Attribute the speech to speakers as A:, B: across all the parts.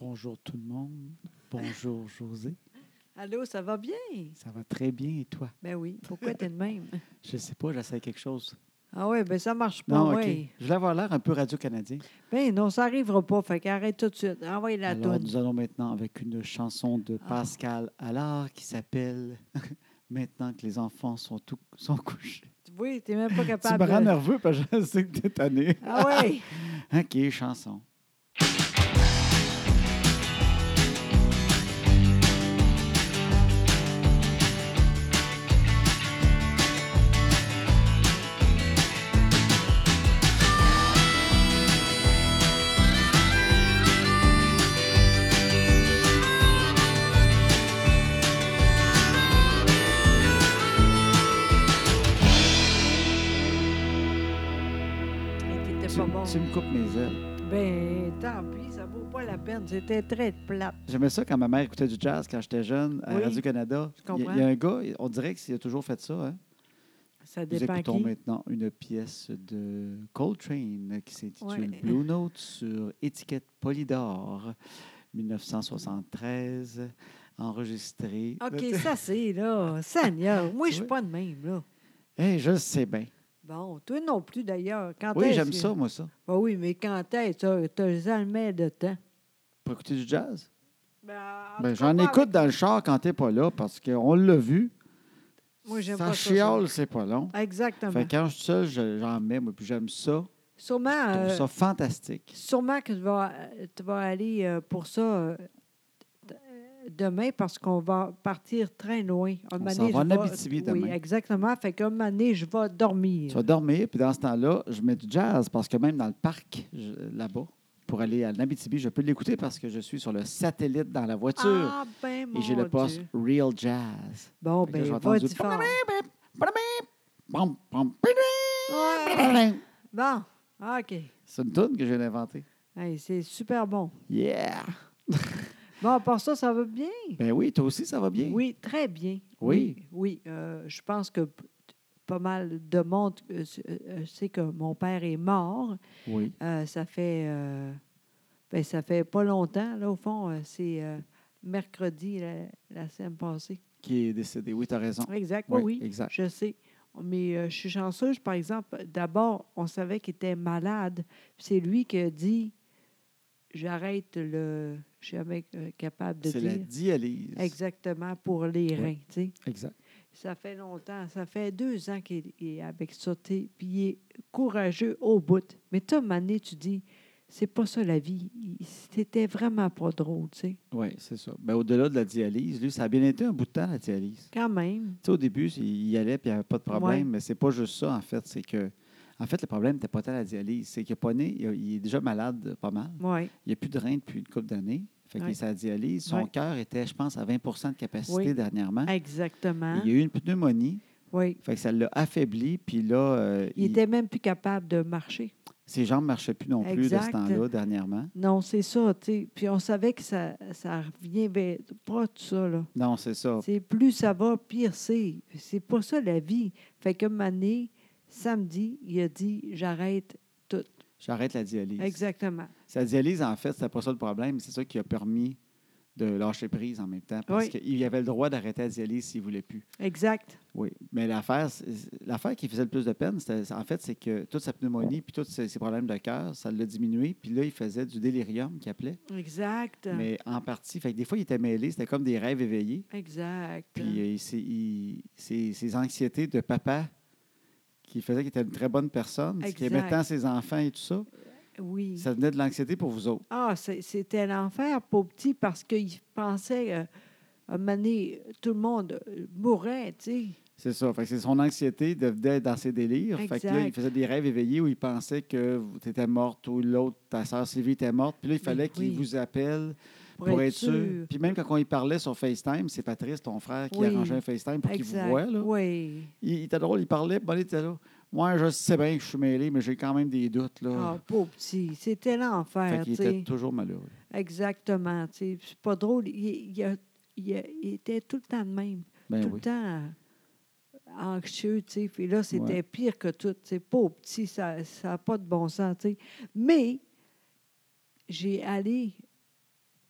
A: Bonjour tout le monde. Bonjour José.
B: Allô, ça va bien?
A: Ça va très bien et toi?
B: Ben oui, pourquoi t'es de même?
A: Je sais pas, j'essaie quelque chose.
B: Ah ouais, ben ça marche pas,
A: Non,
B: ouais.
A: OK. Je vais avoir l'air un peu Radio-Canadien.
B: Ben non, ça arrivera pas, fait qu'arrête tout de suite. Envoie la
A: Alors,
B: toune.
A: nous allons maintenant avec une chanson de
B: Ah.
A: Pascal Allard qui s'appelle Maintenant que les enfants sont, tout, sont couchés.
B: Oui, t'es même pas
A: Tu me
B: capable.
A: rends
B: de-
A: nerveux parce que je sais que t'es tanné.
B: Ah ouais!
A: OK, chanson.
B: Hey, T'étais
A: Tu,
B: pas bon.
A: tu me coupes mes ailes.
B: Ben tant pis, ça vaut pas la peine. C'était très plate.
A: J'aimais ça quand ma mère écoutait du jazz quand j'étais jeune à
B: Oui.
A: Radio-Canada.
B: Je
A: Il y, a- il y a un gars, on dirait qu'il a toujours fait ça. Hein?
B: Ça
A: Nous
B: dépend
A: écoutons
B: qui.
A: maintenant une pièce de Coltrane qui s'intitule
B: Ouais.
A: Blue Note sur étiquette Polydor 1973, enregistrée.
B: OK, ça c'est là. Seigneur, moi je suis
A: Oui.
B: pas de même, là.
A: Eh, je le sais bien.
B: Bon, toi non plus d'ailleurs. Quand
A: Oui,
B: est-ce
A: j'aime
B: que-
A: ça, moi, ça.
B: Ben oui, mais quand t'es, t'as jamais de temps.
A: Pour écouter du jazz?
B: Ben, en
A: Ben,
B: tout cas,
A: J'en
B: pas
A: écoute dans le char quand t'es pas là parce qu'on l'a vu.
B: Moi, j'aime
A: ça
B: pas ça, ça.
A: chiale, c'est pas long.
B: avec- Exactement.
A: Fait que quand je suis seul, je- j'en mets, moi, puis j'aime ça.
B: Sûrement,
A: Je trouve
B: euh,
A: ça fantastique.
B: sûrement que tu vas, tu vas aller euh, pour ça euh, t- euh, demain parce qu'on va partir très loin. Un
A: On
B: moment
A: s'en
B: donné,
A: va
B: je
A: en
B: vais-
A: Abitibi
B: Oui,
A: demain.
B: exactement. Fait qu'un moment donné, je vais dormir.
A: Tu vas dormir, puis dans ce temps-là, je mets du jazz parce que même dans le parc je- là-bas, pour aller à l'Abitibi, je peux l'écouter parce que je suis sur le satellite dans la voiture
B: Ah, ben, mon
A: et j'ai le poste
B: Dieu.
A: Real Jazz.
B: Bon,
A: Fait que
B: ben,
A: j'ai
B: va
A: entendu-
B: du fort.
A: Pom, pom,
B: Ouais.
A: piding.
B: Ah, Bon, Ah, OK.
A: C'est une tune que j'ai inventée.
B: Hey, c'est super bon.
A: Yeah!
B: Bon, pour ça, ça va bien?
A: Ben oui, toi aussi, ça va bien.
B: Oui, très bien.
A: Oui.
B: Oui, euh, je pense que p- pas mal de monde euh, s- euh, sait que mon père est mort.
A: Oui.
B: Euh, ça fait euh, ben, ça fait pas longtemps, là, au fond. euh, c'est euh, mercredi, la, la semaine passée.
A: Qui est décédé. Oui, tu as raison.
B: Exact, oui, oui,
A: Exact.
B: je sais. Mais euh, je suis chanceuse, par exemple. D'abord, on savait qu'il était malade. Puis C'est lui qui a dit j'arrête le. Je suis jamais euh, capable de
A: C'est la
B: dire.
A: dialyse.
B: Exactement, pour les reins, tu sais.
A: Exact.
B: Ça fait longtemps, ça fait deux ans qu'il est avec ça, tu sais, puis il est courageux au bout. Mais tu mané, tu dis, c'est pas ça la vie. Il- C'était vraiment pas drôle, tu sais.
A: Oui, c'est ça. Ben, au-delà de la dialyse, lui, ça a bien été un bout de temps, la dialyse.
B: Quand même.
A: Tu sais, au début, il y allait puis il n'y avait pas de problème,
B: Ouais.
A: mais c'est pas juste ça, en fait. C'est que, en fait, le problème n'était pas tant la dialyse. C'est qu'il n'est pas né, il, a- il est déjà malade euh, pas mal.
B: Oui.
A: Il n'y a plus de rein depuis une couple d'années. Fait qu'il
B: Ouais.
A: est sur la dialyse. Son
B: Ouais.
A: cœur était, je pense, à 20 de capacité
B: Oui. Hein?
A: dernièrement.
B: Exactement.
A: Il y a eu une pneumonie.
B: Oui.
A: Fait que ça l'a affaibli. Puis là, euh,
B: euh, Il
A: il-
B: était même plus capable de marcher.
A: ses jambes ne marchaient plus non plus de ce
B: Exact.
A: temps-là, dernièrement.
B: Non, c'est ça, tu sais. Puis on savait que ça, ça revient ben, pas tout ça, là.
A: Non, c'est ça.
B: C'est plus ça va, pire c'est. C'est pas ça la vie. Fait que Mané, samedi, il a dit j'arrête tout.
A: J'arrête la dialyse.
B: Exactement.
A: Sa dialyse, en fait, c'était pas ça le problème. C'est ça qui a permis de lâcher prise en même temps. Parce
B: Oui.
A: qu'il avait le droit d'arrêter la dialyse s'il voulait plus.
B: Exact.
A: Oui, mais l'affaire, c'est- l'affaire qui faisait le plus de peine, c'était- en fait, c'est que toute sa pneumonie puis tous ses, ses problèmes de cœur, ça l'a diminué. Puis là, il faisait du délirium qu'il appelait,
B: Exact.
A: mais en partie. Fait que des fois, il était mêlé, c'était comme des rêves éveillés.
B: Exact.
A: Puis euh, il s'est- il- ses, ses anxiétés de papa qui faisaient qu'il était une très bonne personne, qui aimait
B: Exact.
A: tant ses enfants et tout ça,
B: oui.
A: ça venait de l'anxiété pour vous autres.
B: Ah, c'est- c'était l'enfer pour petit parce qu'il pensait, euh, un moment donné, tout le monde euh, mourrait, tu sais.
A: C'est ça. Fait que c'est son anxiété devenait dans ses délires. Fait que là, il
B: Exact.
A: faisait des rêves éveillés où il pensait que tu étais morte ou l'autre, ta sœur Sylvie était morte. Puis là, il
B: Mais
A: fallait qu'il
B: oui.
A: vous appelle pour, être sûr. Puis même quand on y parlait sur FaceTime, c'est Patrice, ton frère, qui
B: Oui.
A: arrangeait un FaceTime pour qu'il vous
B: Exact.
A: voie. là.
B: Oui.
A: Il, il était drôle, il parlait, puis bon, il était là. Moi, je sais bien que je suis mêlé, mais j'ai quand même des doutes.
B: Ah,
A: Là.
B: pauvre petit. C'était
A: fait
B: l'enfer, Ah, ben, tu
A: qu'il
B: sais.
A: était toujours malheureux.
B: Exactement, tu sais. C'est pas drôle. Il, il a- il a- il était tout le temps de même.
A: Ben
B: tout
A: oui.
B: le temps euh, anxieux, tu sais. Puis là, c'était
A: Ouais.
B: pire que tout. C'est pauvre petit, ça n'a pas de bon sens, tu sais. Mais j'ai allé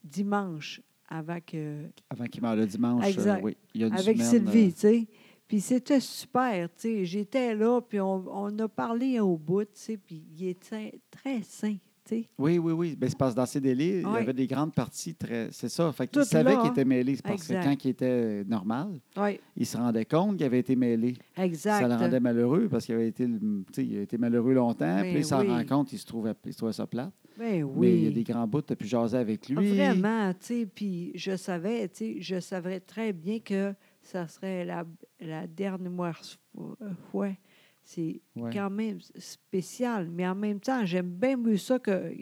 B: dimanche avant que
A: Avant qu'il meure le dimanche, euh,
B: Exact.
A: oui. Il y a une
B: avec
A: semaine,
B: Sylvie,
A: euh,
B: tu sais. Puis c'était super, tu sais. J'étais là, puis on, on a parlé au bout, tu sais, puis il était très sain, tu sais.
A: Oui, oui, oui. Ben, c'est parce que dans ces délais, il y
B: Ouais.
A: avait des grandes parties très. C'est ça. Fait qu'il
B: Tout
A: savait
B: là,
A: qu'il
B: hein.
A: était mêlé. C'est parce
B: Exact.
A: que quand il était euh, normal,
B: Oui,
A: il se rendait compte qu'il avait été mêlé.
B: exact.
A: Ça le rendait malheureux parce qu'il avait été, le- tu sais, il a été malheureux longtemps.
B: Ben
A: puis là, il s'en
B: oui.
A: rend compte, il se, trouvait, il se trouvait ça plate.
B: Ben
A: Mais il y a
B: oui.
A: des grands bouts, tu as pu jaser avec
B: Ah,
A: lui.
B: Vraiment, tu sais, puis je savais, tu sais, je savais très bien que ça serait la, la dernière fois. Ouais, c'est
A: Ouais.
B: quand même spécial, mais en même temps, j'aime bien mieux ça que euh,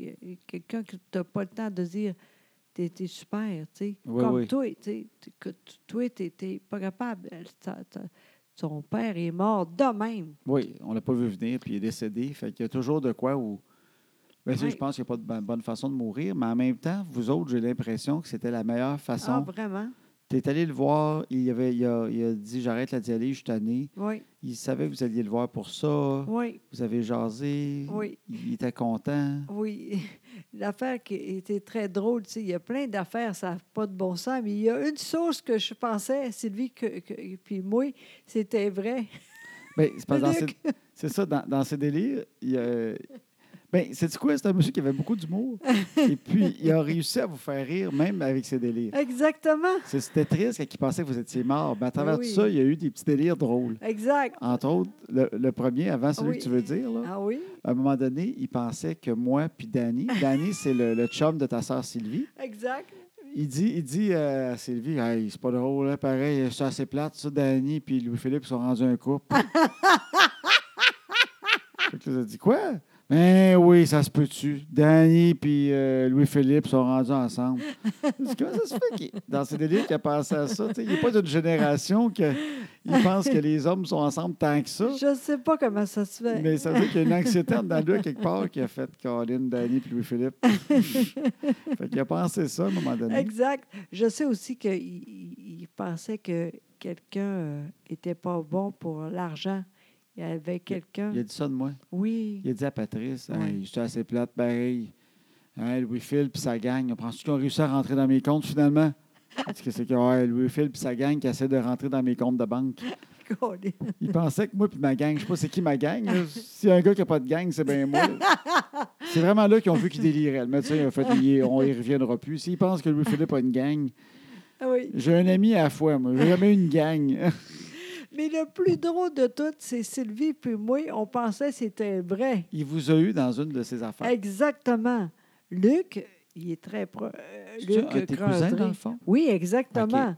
B: quelqu'un qui n'a pas le temps de dire t'es t'es super, tu sais.
A: Oui,
B: Comme
A: oui.
B: toi, tu sais, t- que t- toi, t'es- t'es pas capable. Euh, ta- ta- ton père est mort de même.
A: Oui, on l'a pas vu venir, puis il est décédé. Fait qu'il y a toujours de quoi où. Bien sûr,
B: Ouais.
A: je pense qu'il n'y a pas de bonne- bonne façon de mourir, mais en même temps, vous autres, j'ai l'impression que c'était la meilleure façon.
B: Ah, vraiment?
A: Tu es allé le voir, il, y avait, il, a, il a dit J'arrête la dialyse, je suis tanné.
B: Oui,
A: Il savait que vous alliez le voir pour ça.
B: oui,
A: Vous avez jasé.
B: oui.
A: Il était content.
B: Oui, l'affaire qui était très drôle, tu sais, il y a plein d'affaires, ça n'a pas de bon sens, mais il y a une source que je pensais, Sylvie, que, que- puis moi, c'était vrai.
A: Ben, c'est, parce que dans
B: Luc.
A: ces- c'est ça, dans, dans ses délires, il euh, ben, c'est quoi? C'est un monsieur qui avait beaucoup d'humour. Et puis, il a réussi à vous faire rire, même avec ses délires.
B: Exactement,
A: C'est- C'était triste quand il pensait que vous étiez mort. Mais à travers
B: oui.
A: tout ça, il y a eu des petits délires drôles.
B: exact.
A: Entre autres, le, le premier, avant celui
B: Oui.
A: que tu veux dire, là,
B: Ah oui,
A: à un moment donné, il pensait que moi puis Danny, Danny, c'est le, le chum de ta sœur Sylvie,
B: exact.
A: il dit, il dit euh, à Sylvie, Hey, c'est pas drôle, hein, pareil, c'est assez plate, ça, Danny, puis Louis-Philippe sont rendus un couple. fait que là, j'ai dit, quoi? Ben oui, ça se peut-tu. Danny puis euh, Louis-Philippe sont rendus ensemble. J'ai dit, comment ça se fait qu'il- dans ces délires qu'il a pensé à ça? tu sais, il n'est pas d'une génération que il pense que les hommes sont ensemble tant que ça.
B: Je ne sais pas comment ça se fait.
A: Mais ça veut dire qu'il y a une anxiété en dedans de lui, à quelque part, qui a fait Caroline, Danny puis Louis-Philippe. fait qu'il a pensé ça à un moment donné.
B: Exact. Je sais aussi qu'il il, il pensait que quelqu'un n'était pas bon pour l'argent. Il y avait quelqu'un.
A: Il a dit ça de moi.
B: Oui.
A: Il a dit à Patrice,
B: Ouais.
A: Hey, je suis assez plate, pareil. Hein, Louis-Phil puis sa gang, penses-tu qu'ils ont réussi à rentrer dans mes comptes finalement? Il dit que c'est que ouais, Louis-Phil puis sa gang qui essaie de rentrer dans mes comptes de banque.
B: Colin.
A: Il pensait que moi puis ma gang, je sais pas c'est qui ma gang. là. S'il y a un gars qui n'a pas de gang, c'est bien moi. là. C'est vraiment là qu'ils ont vu qu'il délirait. Le médecin il a fait, Il- on y reviendra plus. S'il pense que Louis-Philippe a une gang,
B: Ah oui.
A: J'ai un ami à la fois, moi. J'ai jamais eu une gang.
B: Mais le plus drôle de tout, c'est Sylvie puis moi, on pensait que c'était vrai.
A: Il vous a eu dans une de ses affaires.
B: Exactement. Luc, il est très proche.
A: C'est-tu un de tes cousins, dans le fond?
B: Oui, exactement.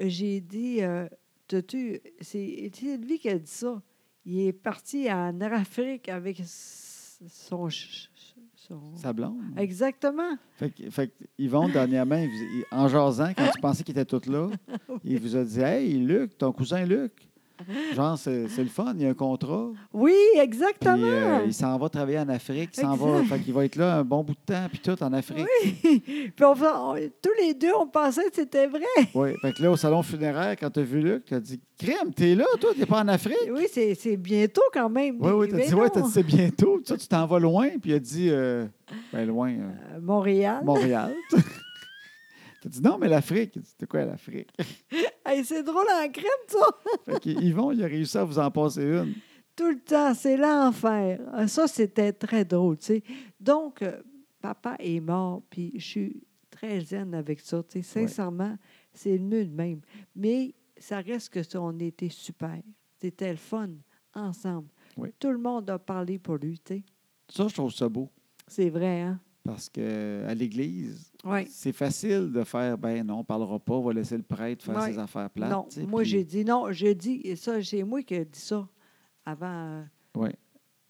B: Euh, J'ai dit, euh, tu c'est Sylvie qui a dit ça. Il est parti en Afrique avec s- son... ch- ch- son-
A: Sa blonde.
B: Exactement.
A: Fait, que- fait que Yvon, dernièrement, il vous- il- en jasant, quand tu pensais qu'il était tout là,
B: Ah
A: il vous a dit Hey, Luc, ton cousin Luc. Genre, c'est c'est le fun, il y a un contrat.
B: Oui,
A: Puis
B: exactement.
A: euh, il s'en va travailler en Afrique. Il s'en va. Fait qu'il va être là un bon bout de temps, puis tout en Afrique.
B: Puis on- on- tous les deux, on pensait que c'était vrai.
A: Ouais. Fait que là, au salon funéraire, quand t'as vu Luc, t'as dit Crème, t'es là, toi, t'es pas en Afrique.
B: Oui, c'est c'est bientôt quand même.
A: Oui, oui, t'as
B: Mais
A: dit, ouais,
B: non.
A: t'as dit, c'est bientôt. Ça, tu t'en vas loin, puis il a dit, euh, ben loin, euh,
B: Euh, Montréal.
A: Montréal. T'as dit non, mais l'Afrique. Il dit, C'est quoi l'Afrique?
B: Hey, c'est drôle en crème, ça.
A: Fait que Yvon, il a réussi à vous en passer une.
B: Tout le temps, c'est l'enfer. Ah, Ça, c'était très drôle, tu sais. Donc, euh, papa est mort, puis je suis très zen avec ça, tu sais.
A: Ouais.
B: Sincèrement, c'est mieux de même. Mais ça reste que ça, on était super. C'était le fun, ensemble.
A: Ouais.
B: Tout le monde a parlé pour lui, tu sais.
A: Ça, je trouve ça beau.
B: C'est vrai, hein?
A: Parce que à l'Église,
B: Oui.
A: c'est facile de faire ben non, on ne parlera pas, on va laisser le prêtre faire
B: Ouais.
A: ses affaires plates.
B: Non,
A: tu sais,
B: moi,
A: puis-
B: j'ai dit non. J'ai dit, et ça, c'est moi qui ai dit ça avant... euh,
A: Ouais.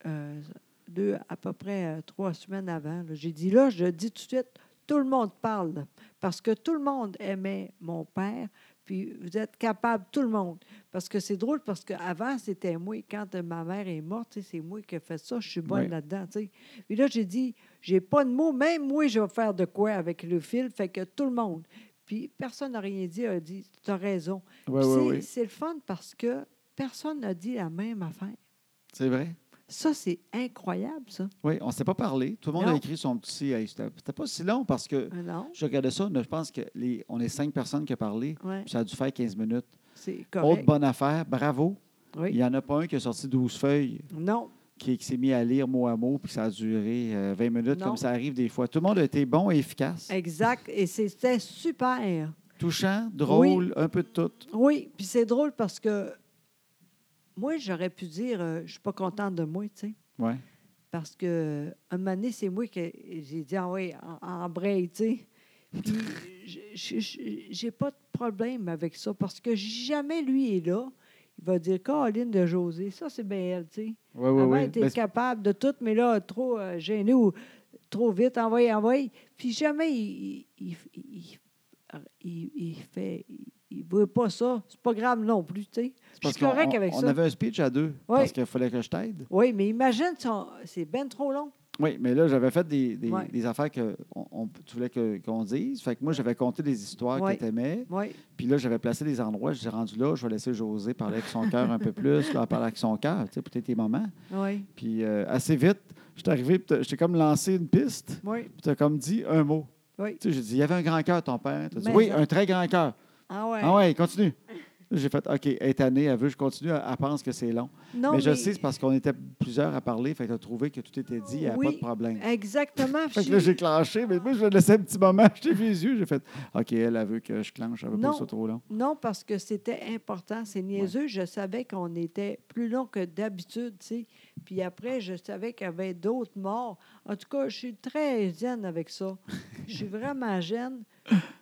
B: euh, deux, à peu près euh, trois semaines avant. là. J'ai dit là, je le dis tout de suite, tout le monde parle. là, Parce que tout le monde aimait mon père, puis vous êtes capable, tout le monde. Parce que c'est drôle, parce qu'avant, c'était moi. Quand euh, ma mère est morte, tu sais, c'est moi qui ai fait ça. Je suis bonne
A: Ouais.
B: là-dedans. tu sais. Puis là, j'ai dit, j'ai pas de mots. Même moi, je vais faire de quoi avec le fil. Fait que tout le monde. Puis personne n'a rien dit, a dit, tu as raison.
A: Ouais, ouais,
B: Puis c'est
A: ouais.
B: c'est le fun parce que personne n'a dit la même affaire.
A: C'est vrai.
B: Ça, c'est incroyable, ça.
A: Oui, on ne s'est pas parlé. Tout le monde
B: Non.
A: a écrit son petit. Hey, C'était c'était pas si long parce que
B: Ah Non?
A: je regardais ça, mais je pense que les, on est cinq personnes qui ont parlé.
B: Oui,
A: puis Ça a dû faire 15 minutes.
B: c'est
A: Autre
B: correct.
A: bonne affaire, bravo. Il
B: Oui.
A: n'y en a pas un qui a sorti 12 feuilles,
B: Non,
A: qui, qui s'est mis à lire mot à mot, puis ça a duré euh, 20 minutes,
B: Non.
A: comme ça arrive des fois. Tout le monde a été bon et efficace.
B: exact. Et c'était super.
A: Touchant, drôle, un peu de tout.
B: Oui, puis c'est drôle parce que moi, j'aurais pu dire, euh, je suis pas contente de moi, tu sais.
A: Ouais.
B: Parce que un moment donné, c'est moi que j'ai dit, ah oui, en, en braille, tu sais. Puis, je- je- je- j'ai pas de problème avec ça parce que jamais lui est là. Il va dire, Caroline de José, ça, c'est bien elle, tu sais.
A: Oui,
B: Avant,
A: oui, oui.
B: elle était
A: Ben, c'est-
B: Ah, capable de tout, mais là, trop euh, gênée ou trop vite, envoyé, envoyé. Puis jamais il, il, il, il- il fait. Il ne veut pas ça. C'est pas grave non plus, tu sais. Je
A: parce
B: suis correct
A: qu'on-
B: avec
A: on
B: ça.
A: avait un speech à deux, parce qu'il fallait que je t'aide.
B: Oui, mais imagine, son- c'est ben trop long.
A: Oui, mais là, j'avais fait des, des,
B: Ouais.
A: des affaires que on, on- tu voulais que- qu'on dise. Fait que moi, j'avais compté des histoires
B: Ouais.
A: que t'aimais.
B: Oui,
A: Puis là, j'avais placé des endroits. J'ai rendu là, je vais laisser José parler avec son cœur un peu plus, là, elle parle avec son cœur, tu sais, peut-être tes moments.
B: oui,
A: Puis euh, assez vite, je suis arrivé, puis t'as- je t'ai comme lancé une piste,
B: oui,
A: puis t'as comme dit un mot.
B: oui.
A: Tu sais, j'ai dit, il y avait un grand cœur, ton père. T'as dit,
B: Mais
A: oui,
B: ça-
A: un très grand cœur.
B: Ah ouais.
A: Ah ouais, continue. Là, J'ai fait, OK, elle est tannée, elle veut, je continue, elle, elle pense que c'est long.
B: Non,
A: mais, je sais, c'est parce qu'on était plusieurs à parler, fait que t'as trouvé que tout était dit, il n'y a pas
B: Oui. Euh,
A: de problème.
B: Exactement.
A: Fait que
B: puis
A: là, j'ai clenché, mais moi, je vais laisser un petit moment, jeter mes yeux. J'ai fait OK, elle, elle veut que je clenche, elle veut pas
B: Non.
A: que ce soit trop long.
B: Non, parce que c'était important, c'est niaiseux. Je savais qu'on était plus long que d'habitude, tu sais. Puis après, je savais qu'il y avait d'autres morts. En tout cas, je suis très zen avec ça. je suis vraiment zen.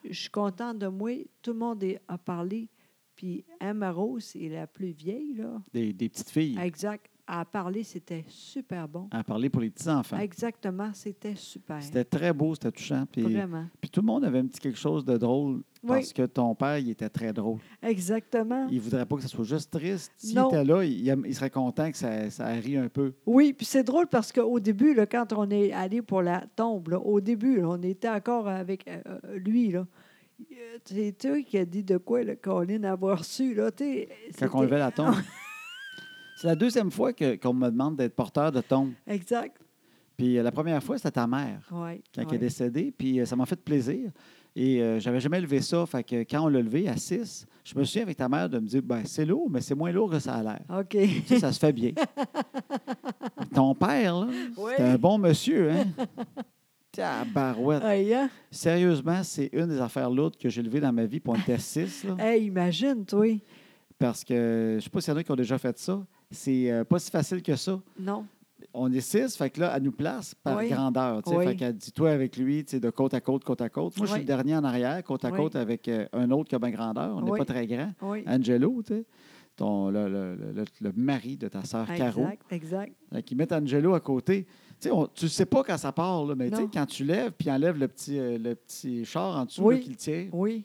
B: Je suis contente de moi. Tout le monde est- a parlé. Puis Emma Rose est la plus vieille, là.
A: Des, des petites filles
B: Exact. À parler, c'était super bon.
A: à parler pour les petits-enfants.
B: Exactement, c'était super.
A: C'était très beau, c'était touchant. Puis,
B: Vraiment.
A: puis tout le monde avait un petit quelque chose de drôle
B: Oui.
A: parce que ton père, il était très drôle.
B: Exactement.
A: Il voudrait pas que ce soit juste triste. S'il
B: Non.
A: était là, il, il aime- il serait content que ça, ça rie un peu.
B: Oui, puis c'est drôle parce qu'au début, là, quand on est allé pour la tombe, là, au début, là, on était encore avec euh, euh, lui. là. Euh, C'est toi qui a dit de quoi le Colin avoir su. Là, tu sais,
A: Quand
B: c'était-
A: on levait la tombe. C'est la deuxième fois que- qu'on me demande d'être porteur de tombe.
B: Exact.
A: Puis euh, la première fois, c'était ta mère.
B: Ouais,
A: quand elle
B: ouais.
A: est décédée. Puis euh, ça m'a fait plaisir. Et euh, j'avais jamais levé ça. Fait que quand on l'a levé à 6, je me souviens avec ta mère de me dire ben, c'est lourd, mais c'est moins lourd que ça a l'air.
B: OK.
A: Ça, ça se fait bien. Ton père, là,
B: Oui.
A: c'était un bon monsieur, hein? Tabarouette.
B: Hey, hein?
A: Sérieusement, c'est une des affaires lourdes que j'ai levées dans ma vie, puis on était six, là,
B: Hey, imagine, toi.
A: parce que je sais pas s'il y en a qui ont déjà fait ça. C'est euh, pas si facile que ça.
B: Non.
A: On est six, fait que là, elle nous place par
B: Oui.
A: grandeur. tu sais.
B: Oui.
A: Fait qu'elle dit toi avec lui, tu sais, de côte à côte, côte à côte. Moi, je suis le
B: Oui.
A: dernier en arrière, côte à
B: Oui.
A: côte avec euh, un autre qui a bien grandeur. On n'est
B: Oui.
A: pas très grand.
B: Oui.
A: Angelo, tu sais, ton, le, le- le- le- le mari de ta sœur Caro,
B: Exact, exact.
A: qui met Angelo à côté. Tu sais, on- tu sais pas quand ça part, là, mais tu sais,
B: Non.
A: quand tu lèves puis enlèves le petit, euh, le petit char en dessous
B: Oui.
A: là, qui le tient,
B: Oui.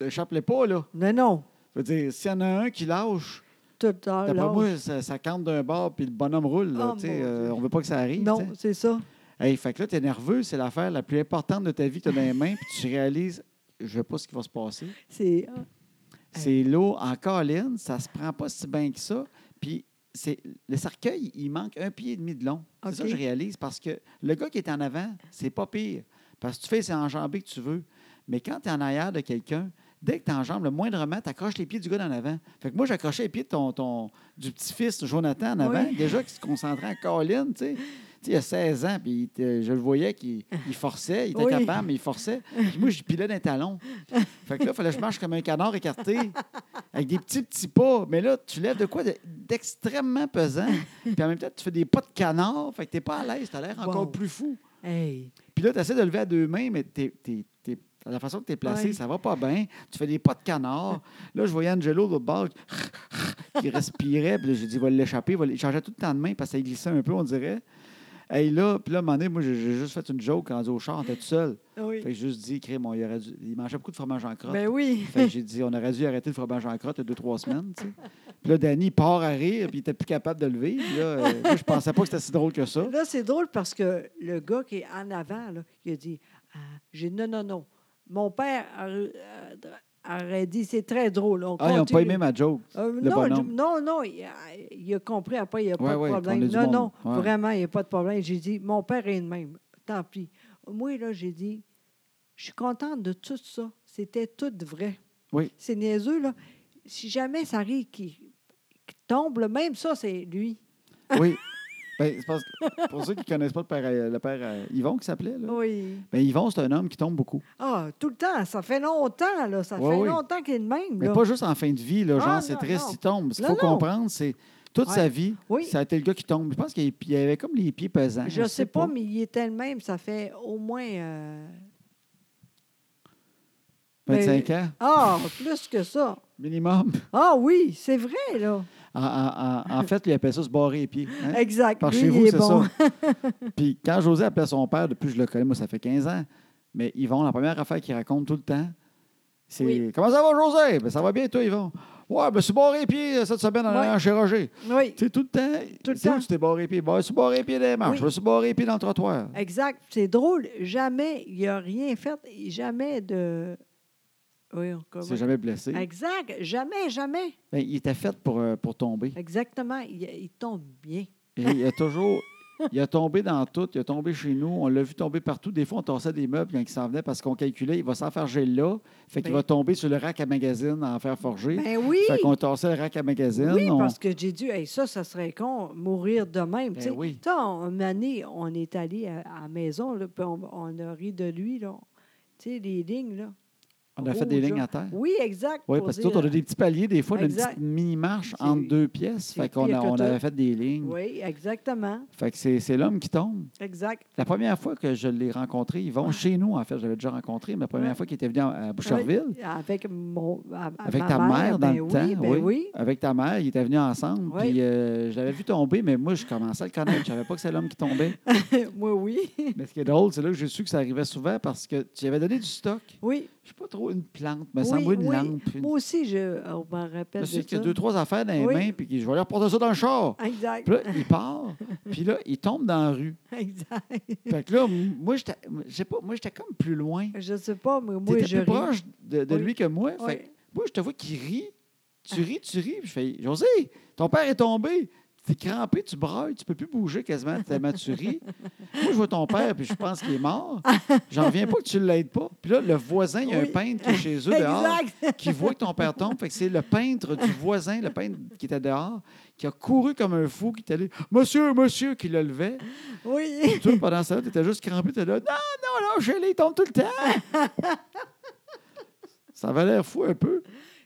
A: échappe-les pas. Là.
B: Non, non.
A: Je veux dire, s'il y en a un qui lâche,
B: Tout le temps.
A: d'après
B: là.
A: moi, ça, ça cante d'un bord puis le bonhomme roule. Là,
B: Ah, Oh,
A: tu sais,
B: mon Dieu.
A: euh, on veut pas que ça arrive. tu sais.
B: Non, c'est ça.
A: Hey, fait que là, tu es nerveux, c'est l'affaire la plus importante de ta vie que tu as dans les mains, puis tu réalises, je ne sais pas ce qui va se passer.
B: C'est. ah,
A: C'est l'eau en colline, ça se prend pas si bien que ça. Puis c'est le cercueil, il manque un pied et demi de long. C'est
B: OK.
A: ça que je réalise parce que le gars qui est en avant, c'est pas pire. Parce que tu fais c'est enjambé que tu veux. Mais quand tu es en arrière de quelqu'un, dès que tu enjambes le moindrement, tu accroches les pieds du gars en avant. Fait que moi, j'accrochais les pieds de ton, ton- du petit-fils Jonathan en avant,
B: Oui.
A: déjà qui se concentrait en colline, tu sais. Tu sais, il a 16 ans, puis il était- je le voyais qu'il il forçait, il était
B: Oui.
A: capable, mais il forçait. Puis moi, je pilais d'un talon. Fait que là, il fallait que je marche comme un canard écarté, avec des petits, petits pas. Mais là, tu lèves de quoi de- d'extrêmement pesant. Puis en même temps, tu fais des pas de canard. Fait que t'es pas à l'aise, t'as l'air encore
B: Wow.
A: plus fou.
B: Hey.
A: Puis là, tu essaies de lever à deux mains, mais t'es- t'es- t'es- la façon que tu es placé,
B: Oui.
A: ça va pas bien. Tu fais des pas de canard. Là, je voyais Angelo de l'autre bord qui respirait. Puis là, j'ai dit, il va l'échapper. Il, va l'- il changeait tout le temps de main parce que ça glissait un peu, on dirait. Et là, puis là, à un moment donné, moi, j'ai j'ai juste fait une joke rendu au char, on était tout seul. Fait
B: Oui.
A: que j'ai juste dit, crime, on y aurait dû- il mangeait beaucoup de fromage en crotte.
B: Ben oui.
A: Fait que j'ai dit, on aurait dû arrêter le fromage en crotte il y a deux, trois semaines. tu sais. Puis là, Danny il part à rire, puis il était plus capable de lever. Puis là, euh, moi, je pensais pas que c'était si drôle que ça.
B: Là, c'est drôle parce que le gars qui est en avant, là, il a dit ah, j'ai dit, Non, non, non. Mon père a- a- aurait dit c'est très drôle. On
A: Ah, ils n'ont pas
B: continue.
A: aimé ma joke.
B: Euh,
A: le
B: non,
A: bonhomme.
B: je- non, non, il a, il a compris après, il n'y a pas
A: Ouais,
B: de
A: ouais,
B: problème.
A: qu'on est du
B: non,
A: monde.
B: non,
A: Ouais.
B: vraiment, il n'y a pas de problème. J'ai dit, mon père est le même. Tant pis. Moi, là, j'ai dit, je suis contente de tout ça. C'était tout vrai.
A: Oui.
B: C'est niaiseux, là. Si jamais ça arrive qui tombe, là, même ça, c'est lui.
A: Oui. Ben, c'est parce que- pour ceux qui ne connaissent pas le père, euh, le père euh, Yvon qui s'appelait, là.
B: Oui.
A: Ben, Yvon, c'est un homme qui tombe beaucoup.
B: Ah, tout le temps. Ça fait longtemps, là. Ça
A: Ouais,
B: fait
A: oui.
B: longtemps qu'il est le même,
A: Mais
B: là.
A: pas juste en fin de vie, là, genre
B: Ah,
A: c'est
B: non,
A: triste,
B: non.
A: il tombe. Ce qu'il
B: Non,
A: faut
B: non.
A: comprendre, c'est toute
B: Ouais.
A: sa vie,
B: Oui.
A: ça a été le gars qui tombe. Je pense qu'il il avait comme les pieds pesants.
B: Je ne sais pas, mais il était le même. Ça fait au moins... euh,
A: 25
B: mais-
A: ans,
B: Ah, plus que ça.
A: minimum.
B: Ah oui, c'est vrai, là.
A: En, en- en- en fait, il appelait ça se barrer les pieds. hein.
B: Exact.
A: Par
B: Lui,
A: chez
B: il
A: vous,
B: est
A: c'est
B: bon.
A: ça. Puis quand José appelait son père, depuis que je le connais, moi, ça fait 15 ans, mais Yvon, la première affaire qu'il raconte tout le temps, c'est
B: Oui.
A: Comment ça va, José? Ben, ça va bien, toi, Yvon. Ouais, ben, c'est barré les pieds euh, cette semaine en
B: Ouais.
A: allant chez Roger.
B: Oui,
A: Tu sais, tout le temps,
B: Tout le
A: c'est où
B: temps.
A: tu t'es barré les pieds? Ben, je suis barré les pieds des marches,
B: Oui.
A: je me suis barré les pieds dans le trottoir.
B: exact. C'est drôle. Jamais, il n'a rien fait. Jamais de. Oui, encore.
A: C'est jamais blessé.
B: Exact. Jamais, jamais.
A: Ben, il était fait pour, euh, pour tomber.
B: Exactement. Il, il tombe bien.
A: Et il a toujours. Il a tombé dans tout, il a tombé chez nous, on l'a vu tomber partout. Des fois, on torsait des meubles quand il s'en venait parce qu'on calculait, il va s'en faire geler là, fait qu'il
B: Ben.
A: va tomber sur le rack à magazine à en faire forger.
B: Ben oui.
A: Fait qu'on torsait le rack à magazine.
B: Oui,
A: on-
B: parce que j'ai dit, Hey, ça, ça serait con, mourir de
A: Ben
B: même. tu sais.
A: oui.
B: Tu sais, on- une année, on est allé à, à la maison, là, puis on, on a ri de lui. là. Tu sais, les lignes, là.
A: on a fait des
B: rouges,
A: lignes
B: là.
A: à terre.
B: Oui, exact.
A: Oui,
B: pour
A: parce que
B: oh, dire-
A: tout, on a des petits paliers, des fois, on a une
B: Exact.
A: petite mini-marche
B: C'est-
A: entre deux pièces.
B: c'est
A: Fait qu'on a-
B: pire que
A: on
B: tout.
A: avait fait des lignes.
B: Oui, exactement.
A: Fait que c'est c'est l'homme qui tombe.
B: Exact.
A: La première fois que je l'ai rencontré, ils vont chez nous, en fait, j'avais déjà rencontré, mais la première
B: Ah. Ouais.
A: fois qu'il était venu à à Boucherville,
B: Oui, avec mon, à- à
A: Avec
B: ma
A: ta mère dans
B: ben
A: le
B: oui,
A: temps,
B: ben
A: oui.
B: oui.
A: avec ta mère, ils étaient venus ensemble,
B: Oui.
A: puis euh, je l'avais vu tomber, mais moi, je commençais à le connaître. Je savais pas que c'est l'homme qui tombait.
B: Moi, oui.
A: Mais ce qui est drôle, c'est là que j'ai su que ça arrivait souvent parce que tu avais donné du stock.
B: Oui.
A: Je sais pas trop, une plante, me
B: Oui,
A: semble une
B: oui.
A: lampe. une-
B: Moi aussi, je on m'en
A: Je
B: rappelle
A: sais
B: de
A: qu'il
B: ça.
A: y a deux, trois affaires dans les
B: Oui.
A: mains, puis qu'il- je vais leur porter ça dans le char.
B: Exact.
A: Puis là, il part, puis là, il tombe dans la rue.
B: Exact.
A: Fait que là, m- moi, j'étais- je sais pas, moi, j'étais comme plus loin.
B: Je sais pas, mais moi,
A: T'étais
B: je
A: plus
B: ris.
A: proche de, de
B: Oui.
A: lui que moi.
B: Oui.
A: Fait que moi, je te vois qui rit.
B: Ah.
A: Tu ris, tu ris. Puis je fais José, ton père est tombé. T'es crampé, tu brailles, tu peux plus bouger quasiment tellement tu ris. Moi, je vois ton père, puis je pense qu'il est mort. J'en reviens pas que tu l'aides pas. Puis là, le voisin, il y a un
B: Oui.
A: peintre qui est chez eux dehors,
B: Exact.
A: qui voit que ton père tombe. Fait que c'est le peintre du voisin, le peintre qui était dehors, qui a couru comme un fou, qui est allé Monsieur, monsieur, qui le levait.
B: Oui.
A: Puis toi, pendant ça, tu étais juste crampé, tu là, non, non, non, je les tombe tout le temps. ça avait l'air fou un peu.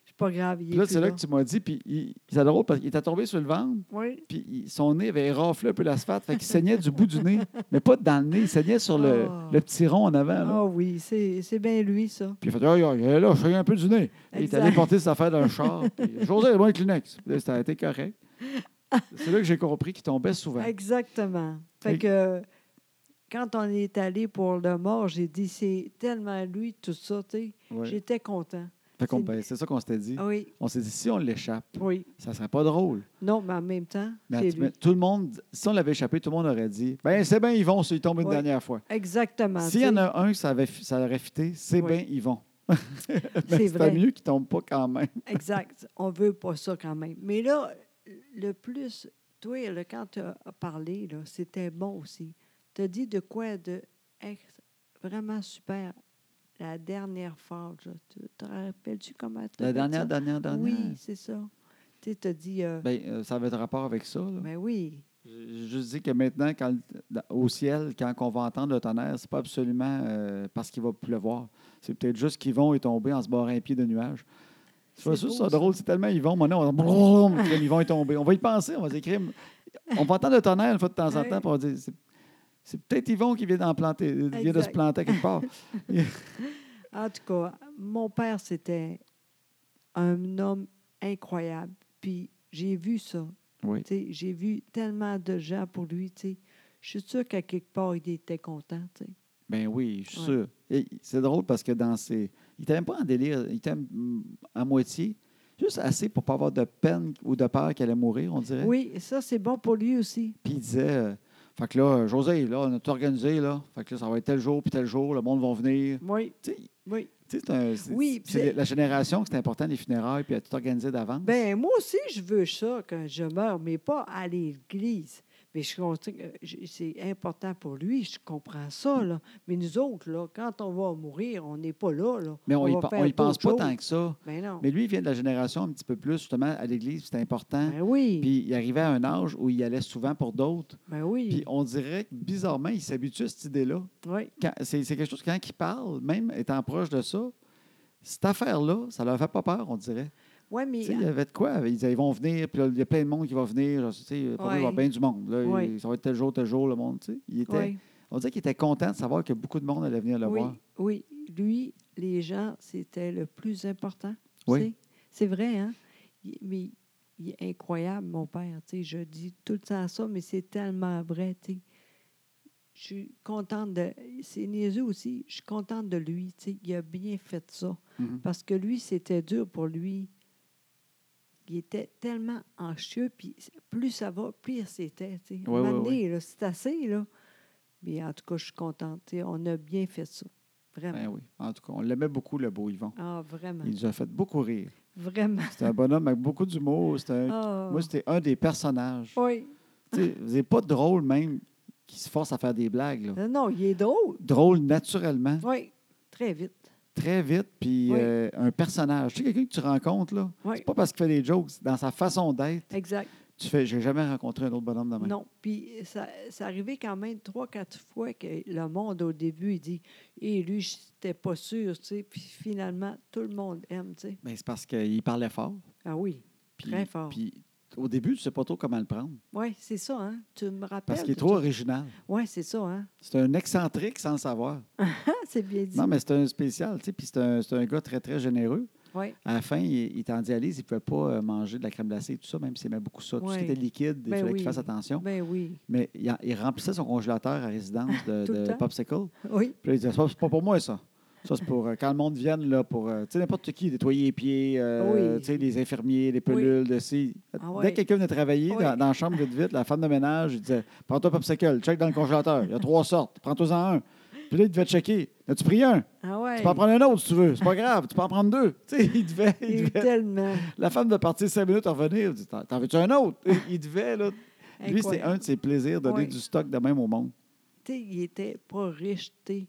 B: C'est pas grave. Il
A: Puis
B: est
A: là,
B: plus
A: c'est là
B: là.
A: que tu m'as dit, puis il- c'est drôle parce qu'il était tombé sur le ventre,
B: Oui.
A: puis il- son nez avait raflé un peu l'asphalte, fait qu'il saignait du bout du nez, mais pas dans le nez, il saignait sur le,
B: Ah.
A: le petit rond en avant. là.
B: Ah oui, c'est c'est bien lui, ça.
A: Puis il a fait, oh, là, je saigne un peu du nez. Et il est allé
B: Exact.
A: porter ses affaires dans le char, puis José, moi, le Kleenex. Puis là, ça a été correct. C'est là que j'ai compris qu'il tombait souvent.
B: Exactement.
A: Et-
B: Fait que quand on est allé pour le mort, j'ai dit, c'est tellement lui, tout ça, tu sais.
A: Ouais.
B: J'étais content.
A: Fait qu'on-
B: c'est-
A: ben, c'est ça qu'on s'était dit.
B: Ah Oui,
A: On s'est dit, si on l'échappe,
B: oui.
A: ça serait pas drôle.
B: Non, mais en même temps,
A: Mais
B: c'est
A: tu- mais
B: lui.
A: tout le monde, si on l'avait échappé, tout le monde aurait dit Ben, c'est bien Yvon, s'il tombe une
B: Ouais.
A: dernière fois.
B: Exactement.
A: S'il y en a un que ça, avait, fi- ça aurait fité, c'est
B: Ouais.
A: bien Yvon. Ben,
B: C'est
A: C'était
B: vrai.
A: mieux qu'il tombe pas quand même.
B: Exact. On veut pas ça quand même. Mais là, le plus, toi, là, quand tu as parlé, là, c'était bon aussi. Tu as dit de quoi de ex- vraiment super la dernière phrase. là. Tu te rappelles-tu comment tu
A: La dernière, dernière, dernière.
B: Oui, c'est ça. Tu as dit. euh, ben,
A: Ben, euh, ça avait de rapport avec ça. là.
B: oui.
A: J'ai juste dit que maintenant, quand, le- dans- au ciel, quand on va entendre le tonnerre, c'est pas absolument euh, parce qu'il va pleuvoir. C'est peut-être juste qu'Yvon est tombé en se barrant un pied de nuage. Je
B: C'est
A: suis sûr
B: beau,
A: ça
B: ça.
A: drôle. C'est tellement Yvon. Maintenant, on va brrrrum, crime, Yvon est tombé. On va y penser. On va s'écrire. On va entendre le tonnerre une fois de temps en
B: Ouais.
A: temps. Puis on va dire c'est, c'est peut-être Yvon qui vient, d'en planter, euh, vient de se
B: Exact.
A: planter quelque part.
B: En tout cas, mon père, c'était un homme incroyable. Puis j'ai vu ça.
A: Oui.
B: Tu sais, J'ai vu tellement de gens pour lui. tu sais. Je suis sûre qu'à quelque part, il était content. tu sais.
A: Ben oui, je suis
B: Ouais.
A: sûr. Et c'est drôle parce que dans ces. Il t'aime pas en délire. Il t'aime mm, à moitié. Juste assez pour pas avoir de peine ou de peur qu'elle allait mourir, on dirait.
B: Oui, ça, c'est bon pour lui aussi.
A: Puis il disait euh, Fait que là, José, là, on a tout organisé, là. Fait que là, ça va être tel jour, puis tel jour, le monde va venir.
B: Oui,
A: Tu sais,
B: oui.
A: tu sais, c'est un- c'est-
B: Oui, puis
A: c'est
B: c'est-
A: la génération que c'est important, les funérailles, puis à tout organiser d'avance.
B: Ben moi aussi, je veux ça quand je meurs, mais pas à l'église. Mais je continue- euh, je- c'est important pour lui, je comprends ça, là. Mais nous autres, là, quand on va mourir, on n'est pas là, là.
A: Mais on n'y
B: va faire
A: pense pas
B: d'autres
A: tant
B: choses.
A: que ça.
B: Ben non.
A: Mais lui, il vient de la génération un petit peu plus, justement, à l'Église, puis c'est important.
B: Ben oui,
A: hein? Puis il arrivait à un âge où il allait souvent pour d'autres.
B: ben oui.
A: Puis on dirait que bizarrement, il s'habitue à cette idée-là.
B: oui.
A: Quand- C'est c'est quelque chose que quand il parle, même étant proche de ça, cette affaire-là, ça leur fait pas peur, on dirait.
B: Ouais,
A: Tu
B: mais
A: sais, il y avait de quoi? Ils disaient, ils vont venir, puis là, il y a plein de monde qui va venir. genre, tu sais, probablement, il va y avoir
B: Ouais.
A: bien du monde. là,
B: Ouais.
A: il- Ça va être tel jour, tel jour, le monde. tu sais. Il était,
B: ouais,
A: On dirait qu'il était content de savoir que beaucoup de monde allait venir le
B: oui,
A: voir.
B: oui. Lui, les gens, c'était le plus important. tu
A: Oui.
B: sais. C'est vrai, hein? Il- mais il est incroyable, mon père. tu sais, Je dis tout le temps ça, mais c'est tellement vrai. tu sais. Je suis contente de. C'est niaiseux aussi. Je suis contente de lui. tu sais. Il a bien fait ça.
A: Mhm.
B: Parce que lui, c'était dur pour lui. Il était tellement anxieux, puis plus ça va, pire c'était. tu sais. À un
A: Ouais,
B: moment
A: ouais,
B: donné, là, c'est assez, là. Mais en tout cas, je suis contente. tu sais. On a bien fait ça. Vraiment.
A: Ben oui. En tout cas, on l'aimait beaucoup, le beau Yvon.
B: Ah, vraiment.
A: Il nous a fait beaucoup rire.
B: Vraiment.
A: C'était un bonhomme avec beaucoup d'humour. C'était un-
B: Ah. Oh.
A: Moi, c'était un des personnages.
B: Oui.
A: Tu sais, C'est pas drôle, même, qui se force à faire des blagues. là.
B: Non, Euh, non, il est drôle.
A: Drôle naturellement,
B: Oui, très vite.
A: très vite, puis
B: Oui.
A: euh, un personnage. Tu sais, quelqu'un que tu rencontres, là,
B: Oui.
A: c'est pas parce qu'il fait des jokes, c'est dans sa façon d'être.
B: Exact.
A: Tu fais, j'ai jamais rencontré un autre bonhomme de même.
B: Non. Puis ça, ça arrivait quand même trois, quatre fois que le monde, au début, il dit Et lui, j'étais pas sûr, tu sais. Puis finalement, tout le monde aime, tu sais.
A: Ben, c'est parce qu'il parlait fort.
B: Ah oui.
A: puis-
B: Très fort.
A: Puis au début, tu sais pas trop comment le prendre,
B: Oui, c'est ça, hein. Tu me rappelles.
A: parce qu'il est trop original.
B: Oui, c'est ça, hein.
A: C'est un excentrique sans le savoir.
B: Ah, c'est bien dit.
A: Non, mais c'est un spécial, tu sais, puis c'est un, c'est un gars très, très généreux.
B: Oui.
A: À la fin, il, il était en dialyse, il ne pouvait pas euh, manger de la crème glacée et tout ça, même s'il aimait beaucoup ça. Tout ce qui
B: Ouais.
A: était liquide, il
B: Ben
A: fallait qu'il
B: oui.
A: fasse attention.
B: Ben oui.
A: Mais il, en- il remplissait son congélateur à résidence de,
B: Tout le
A: de
B: temps.
A: popsicle.
B: Oui.
A: Puis là, il disait, Ça, c'est pas pour moi, ça. Ça, c'est pour euh, quand le monde vienne, là, pour, euh, tu sais, n'importe qui, nettoyer les pieds, euh,
B: Oui.
A: tu sais, les infirmiers, les pelules, de ci.
B: Ah
A: Dès
B: ouais.
A: que quelqu'un venait travailler
B: Oui.
A: dans, dans la chambre vite vite, la femme de ménage, il disait Prends-toi un popsicle, check dans le congélateur. Il y a trois sortes, prends-toi-en un. Puis là, il devait checker. As-tu pris un
B: Ah ouais.
A: Tu peux en prendre un autre si tu veux. C'est pas grave, tu peux en prendre deux. Tu sais, il devait. il
B: Il est
A: devait-
B: tellement.
A: La femme de partir cinq minutes à revenir, il dit T'en t'en veux-tu un autre Il devait, là. Lui, c'est
B: incroyable.
A: un de ses plaisirs, donner
B: Oui.
A: du stock de même au monde.
B: Tu sais, il était pas riche, tu sais,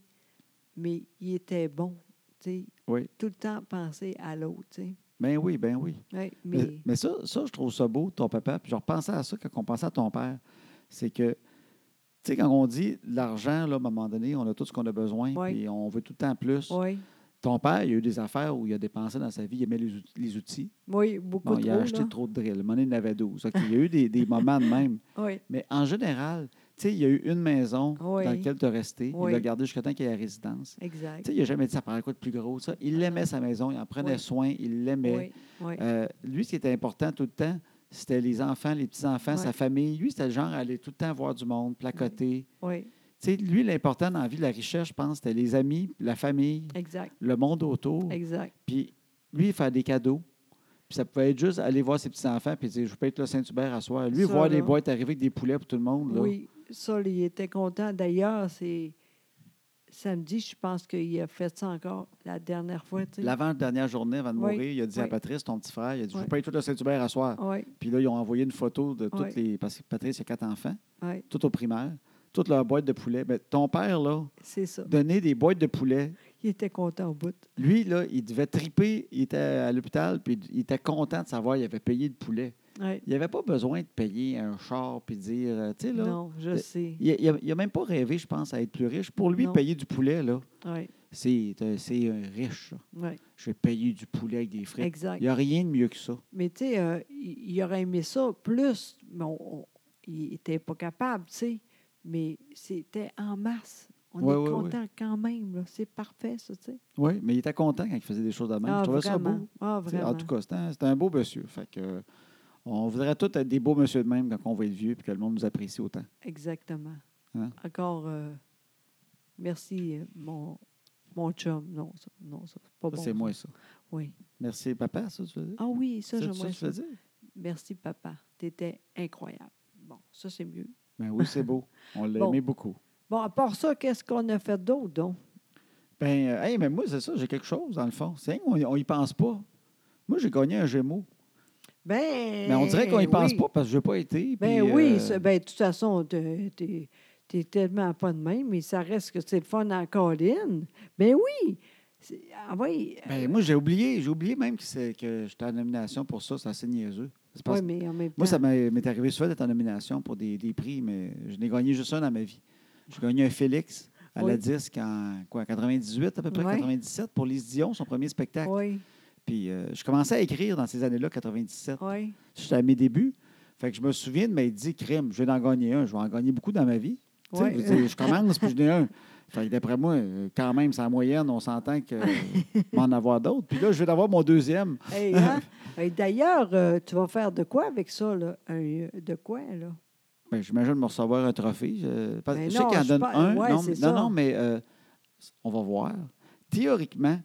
B: mais il était bon, tu sais.
A: Oui.
B: Tout le temps penser à l'autre, tu sais.
A: Ben oui, ben oui.
B: Ouais, mais,
A: Mais, mais ça, ça, je trouve ça beau, ton papa. Puis je repensais à ça quand on pensait à ton père. C'est que, tu sais, quand on dit l'argent, là, à un moment donné, on a tout ce qu'on a besoin,
B: Oui.
A: puis on veut tout le temps plus.
B: oui,
A: Ton père, il a eu des affaires où il a dépensé dans sa vie, il aimait les, out- les outils.
B: oui, beaucoup
A: Bon,
B: trop,
A: il a acheté
B: là.
A: trop de drills. Monnaie, il en avait 12. Ok, il y a eu des, des moments de même.
B: Oui,
A: Mais en général, tu sais, il y a eu une maison
B: Oui.
A: dans laquelle tu as resté.
B: Oui.
A: Il l'a gardé jusqu'à temps qu'il y ait la résidence. Tu
B: exact.
A: sais, il n'a jamais dit ça parlait quoi de plus gros, ça. Il aimait sa maison, il en prenait
B: Oui.
A: soin, il l'aimait.
B: Oui, oui,
A: Euh, lui, ce qui était important tout le temps, c'était les enfants, les petits-enfants,
B: Ouais.
A: sa famille. Lui, c'était le genre à aller tout le temps voir du monde, placoter.
B: oui,
A: Tu sais, lui, l'important dans la vie de la richesse, je pense, c'était les amis, la famille,
B: exact,
A: le monde autour.
B: exact.
A: Puis lui, il faire des cadeaux. Puis ça pouvait être juste aller voir ses petits-enfants puis dire Je peux être là Saint-Hubert à soir. Lui,
B: Ça,
A: voir
B: là.
A: les boîtes arriver avec des poulets pour tout le monde. Là.
B: Oui, ça, là, il était content. D'ailleurs, c'est samedi, je pense qu'il a fait ça encore la dernière fois, tu sais.
A: L'avant-dernière journée avant de
B: Oui,
A: mourir, il a dit à
B: oui.
A: Patrice, ton petit frère, il a dit Je
B: Oui.
A: peux être là Saint-Hubert à soir.
B: Oui,
A: Puis là, ils ont envoyé une photo de toutes
B: Oui.
A: les. Parce que Patrice, il a quatre enfants,
B: oui,
A: tout au primaire, toute leur boîte de poulets. Mais ton père, là,
B: c'est ça.
A: donner des boîtes de poulet.
B: Il était content au bout.
A: Lui, là, il devait triper. Il était à l'hôpital, puis il était content de savoir qu'il avait payé le poulet.
B: Oui.
A: Il n'avait pas besoin de payer un char puis dire, euh, tu sais, là.
B: Non, je
A: le-
B: sais.
A: Il n'a même pas rêvé, je pense, à être plus riche. Pour lui,
B: Non.
A: payer du poulet, là,
B: Oui,
A: c'est euh, c'est, euh, riche. ça.
B: oui,
A: Je vais payer du poulet avec des frites.
B: exact.
A: Il n'y a rien de mieux que ça.
B: Mais tu sais, euh, il il aurait aimé ça plus, mais on- on- il n'était pas capable, tu sais. Mais c'était en masse. On
A: Ouais,
B: est
A: ouais,
B: content quand même. là. C'est parfait, ça, tu sais.
A: Oui, mais il était content quand il faisait des choses de même.
B: Ah,
A: je trouvais ça
B: vraiment.
A: beau.
B: Ah,
A: Tu sais,
B: vraiment.
A: En tout cas, c'était un, c'était un beau monsieur. Fait que, euh, on voudrait tous être des beaux monsieur de même quand on va être vieux puis que le monde nous apprécie autant.
B: Exactement.
A: Hein?
B: Encore, euh, merci, euh, mon, mon chum. Non, ça, non, ça, c'est pas
A: Ça,
B: bon.
A: c'est
B: ça.
A: moi, ça.
B: Oui.
A: Merci, papa, ça, tu veux dire?
B: Ah oui, ça,
A: C'est
B: j'aimerais
A: tu veux
B: ça.
A: dire?
B: Merci, papa. T'étais incroyable. Bon, ça, c'est mieux.
A: Mais Ben oui, c'est beau. On l'a
B: Bon.
A: aimé beaucoup.
B: Bon, à part ça, qu'est-ce qu'on a fait d'autre, donc?
A: Ben, euh, hey, mais moi, c'est ça, j'ai quelque chose, dans le fond. C'est on, on y pense pas. Moi, j'ai gagné un Gémeaux.
B: Ben,
A: Mais on dirait qu'on y pense
B: Eh oui.
A: pas parce que je n'ai pas été.
B: Ben
A: puis,
B: oui,
A: euh,
B: c'est- ben, de toute façon, t'es t'es- t'es tellement pas de même, mais ça reste que c'est le fun en colline. Ben oui! C'est- Ah oui!
A: ben, moi, j'ai oublié. J'ai oublié même que, c'est- que j'étais en nomination pour ça. C'est assez niaiseux. C'est parce-
B: Ouais, mais en même temps.
A: Moi, ça m'est m'est arrivé souvent d'être en nomination pour des, des prix, mais je n'ai gagné juste un dans ma vie. J'ai gagné un Félix à la
B: Oui.
A: disque en quoi, 98, à peu près,
B: Ouais.
A: 97, pour Lise Dion, son premier spectacle.
B: Oui,
A: Puis euh, je commençais à écrire dans ces années-là, 97.
B: oui.
A: J'étais à mes débuts. Fait que je me souviens de m'être dit, crime, je vais en gagner un. Je vais en gagner beaucoup dans ma vie. Tu sais,
B: Ouais.
A: je veux dire, je commence, puis je n'ai un. Fait que d'après moi, euh, quand même, c'est en moyenne, on s'entend que euh, m'en avoir d'autres. Puis là, je vais d'avoir mon deuxième.
B: Hey, hein? Et D'ailleurs, euh, tu vas faire de quoi avec ça, là? Un, euh, de quoi, là?
A: Ben, J'imagine me recevoir un trophée. Je, parce-
B: Ben
A: je sais
B: non,
A: qu'il en
B: je
A: donne
B: par-
A: un.
B: ouais,
A: non,
B: c'est
A: mais-
B: ça.
A: non, non, mais euh, on va voir. Théoriquement,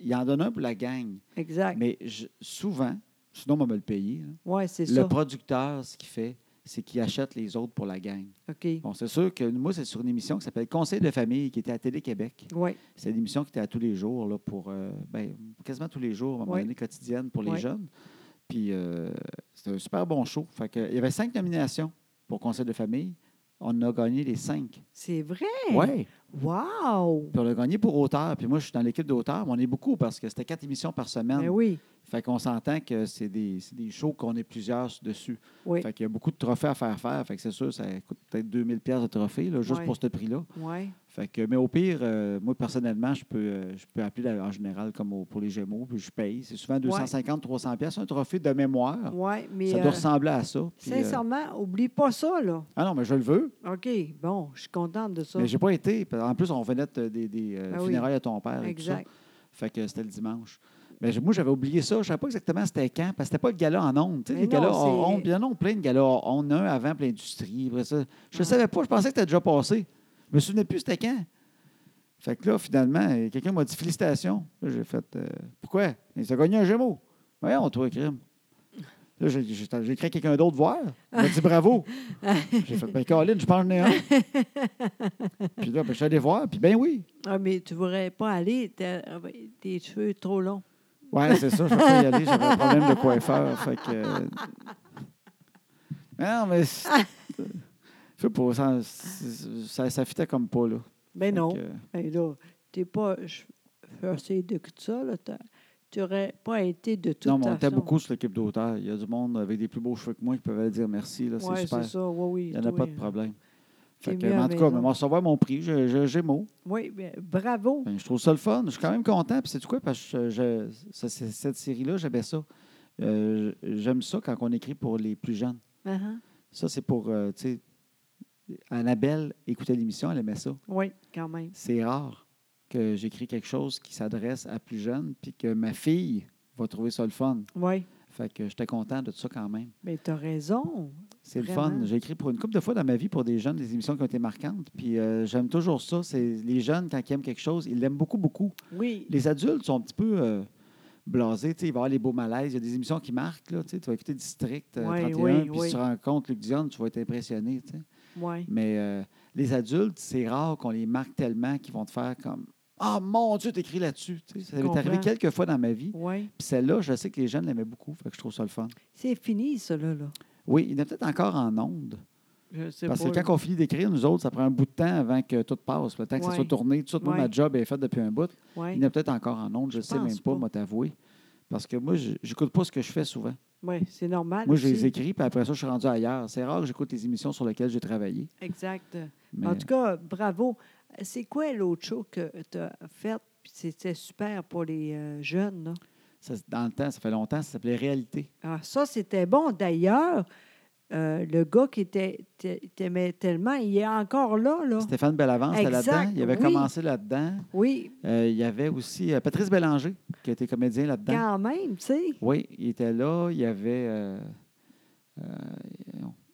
A: il en donne un pour la gang.
B: Exact.
A: Mais je- souvent, sinon, on va me le payer. hein,
B: Oui, c'est
A: le
B: ça.
A: producteur, ce qu'il fait, c'est qu'il achète les autres pour la gang.
B: OK.
A: Bon, c'est sûr que moi, c'est sur une émission qui s'appelle Conseil de famille, qui était à Télé-Québec.
B: Oui,
A: C'est une émission qui était à tous les jours, là, pour euh, ben, quasiment tous les jours, à un moment
B: Oui.
A: donné, quotidienne pour les
B: Oui.
A: jeunes. Puis euh, c'était un super bon show. Fait que, il y avait cinq nominations pour Conseil de famille. On a gagné les cinq.
B: c'est vrai.
A: Oui.
B: Wow!
A: Puis on a gagné pour auteur. Puis moi, je suis dans l'équipe d'auteur, mais on est beaucoup parce que c'était quatre émissions par semaine.
B: Ben oui,
A: Fait qu'on s'entend que c'est des, c'est des shows qu'on est plusieurs dessus.
B: oui,
A: Fait qu'il y a beaucoup de trophées à faire faire. Fait que c'est sûr, ça coûte peut-être 2000 pièces de trophée, là, juste
B: Ouais.
A: pour ce prix-là.
B: oui.
A: Fait que, mais au pire, euh, moi, personnellement, je peux, euh, je peux appeler la- en général comme au- pour les Gémeaux, puis je paye. C'est souvent 250, 300 pièces un trophée de mémoire.
B: Oui, mais
A: ça
B: euh,
A: doit ressembler à ça. Puis, euh,
B: sincèrement, oublie pas ça, là.
A: ah non, mais je le veux,
B: OK, bon, je suis contente de ça.
A: mais j'ai pas été. En plus, on venait de- des, des, euh,
B: Ah oui.
A: funérailles à ton père et tout ça.
B: Exact.
A: Fait que c'était le dimanche. Mais je- moi, j'avais oublié ça. Je ne savais pas exactement c'était quand, parce que c'était pas le gala en ondes. Tu sais,
B: Mais
A: les
B: non,
A: galas hors
B: c'est-
A: ondes, puis il y en a plein de galas hors ondes. Un avant, plein d'industrie. Après ça, je ne
B: Ouais.
A: savais pas. Je pensais que c'était déjà passé. Je me souvenais plus c'était quand. Fait que là, finalement, euh, quelqu'un m'a dit félicitations. Là, j'ai fait euh, pourquoi Il s'est gagné un Gémeaux. Voyons, toi, crime. Là, j'ai, j'ai, j'ai écrit à quelqu'un d'autre voir. Il m'a dit bravo. j'ai fait ben, Caroline, je pense que j'en ai un. puis là, ben, je suis allé voir. Puis ben oui.
B: Ah, mais tu ne voudrais pas aller, t'as- ah, ben, tes cheveux trop longs.
A: Oui, c'est ça, je ne peux pas y aller, j'avais un problème de coiffeur. Fait que. Mais Non, mais. c'est- Je sais pas, ça, c'est- ça, ça fitait comme pas, là. Fait
B: Ben non.
A: que,
B: Ben là, tu n'es pas che- forcé de tout ça, là. T'as- Tu n'aurais pas été de toute
A: non, mais on
B: façon.
A: était beaucoup sur l'équipe d'auteur. Il y a du monde avec des plus beaux cheveux que moi qui peuvent dire merci, là, c'est
B: Oui, c'est
A: super.
B: ça, oui, oui.
A: Il n'y en a
B: toi,
A: pas de
B: euh,
A: problème.
B: t'es
A: Fait que,
B: mieux
A: mais
B: à
A: en tout cas,
B: maison.
A: mais on va recevoir mon prix. J'ai j'ai- j'ai mot.
B: Oui, ben, bravo.
A: Ben, je trouve ça le fun. Je suis quand même content. Puis, c'est quoi? Parce que je- ça, c'est- cette série-là, j'aimais ça. Euh, J'aime ça quand on écrit pour les plus jeunes.
B: Uh-huh.
A: Ça, c'est pour, euh, tu sais, Annabelle écoutait l'émission, elle aimait ça.
B: Oui, quand même.
A: C'est rare que j'écris quelque chose qui s'adresse à plus jeunes, puis que ma fille va trouver ça le fun.
B: Oui,
A: Fait que j'étais content de ça quand même.
B: mais tu as raison.
A: C'est le fun.
B: Vraiment.
A: J'ai écrit pour une couple de fois dans ma vie pour des jeunes des émissions qui ont été marquantes. Puis euh, j'aime toujours ça. C'est les jeunes quand ils aiment quelque chose, ils l'aiment beaucoup beaucoup.
B: Oui,
A: Les adultes sont un petit peu euh, blasés. tu sais, Il va y avoir les beaux malaises. Il y a des émissions qui marquent. Là, tu sais, tu vas écouter District euh,
B: Ouais,
A: 31,
B: oui,
A: puis
B: oui.
A: si tu rencontres Luc Dion, tu vas être impressionné. tu sais.
B: oui.
A: Mais euh, les adultes, c'est rare qu'on les marque tellement qu'ils vont te faire comme Ah mon Dieu, t'écris là-dessus. Tu sais, Ça m'est
B: comprends.
A: arrivé quelques fois dans ma vie.
B: Oui.
A: Puis celle-là, je sais que les jeunes l'aimaient beaucoup. Fait que je trouve ça le fun.
B: C'est fini, ça, là. là.
A: Oui, il est peut-être encore en onde.
B: Je sais
A: Parce
B: pas.
A: que
B: là.
A: quand on finit d'écrire, nous autres, ça prend un bout de temps avant que tout passe. Le temps que ça
B: Ouais.
A: soit tourné, tout ça. Moi,
B: Ouais.
A: ma job est faite depuis un bout.
B: Ouais.
A: Il est peut-être encore en onde. Je ne sais
B: pense
A: même pas,
B: pas.
A: moi, t'avouer. Parce que moi, je n'écoute pas ce que je fais souvent.
B: Oui, c'est normal.
A: Moi, je les
B: aussi.
A: écris, puis après ça, je suis rendu ailleurs. C'est rare que j'écoute les émissions sur lesquelles j'ai travaillé.
B: Exact.
A: Mais-
B: En tout cas, bravo. C'est quoi l'autre show que tu as fait? puis C'était super pour les euh, jeunes. là?
A: Ça, c'est- dans le temps, ça fait longtemps, ça s'appelait Réalité.
B: Ah, ça, c'était bon. D'ailleurs, euh, le gars qui était- t'a- t'aimait tellement, il est encore là. là.
A: Stéphane Bellavance était
B: Exact,
A: là-dedans. Il avait
B: oui.
A: commencé là-dedans.
B: Oui,
A: Euh, il y avait aussi euh, Patrice Bélanger, qui était comédien là-dedans.
B: quand même, tu sais.
A: Oui, il était là. Il y avait. euh, euh,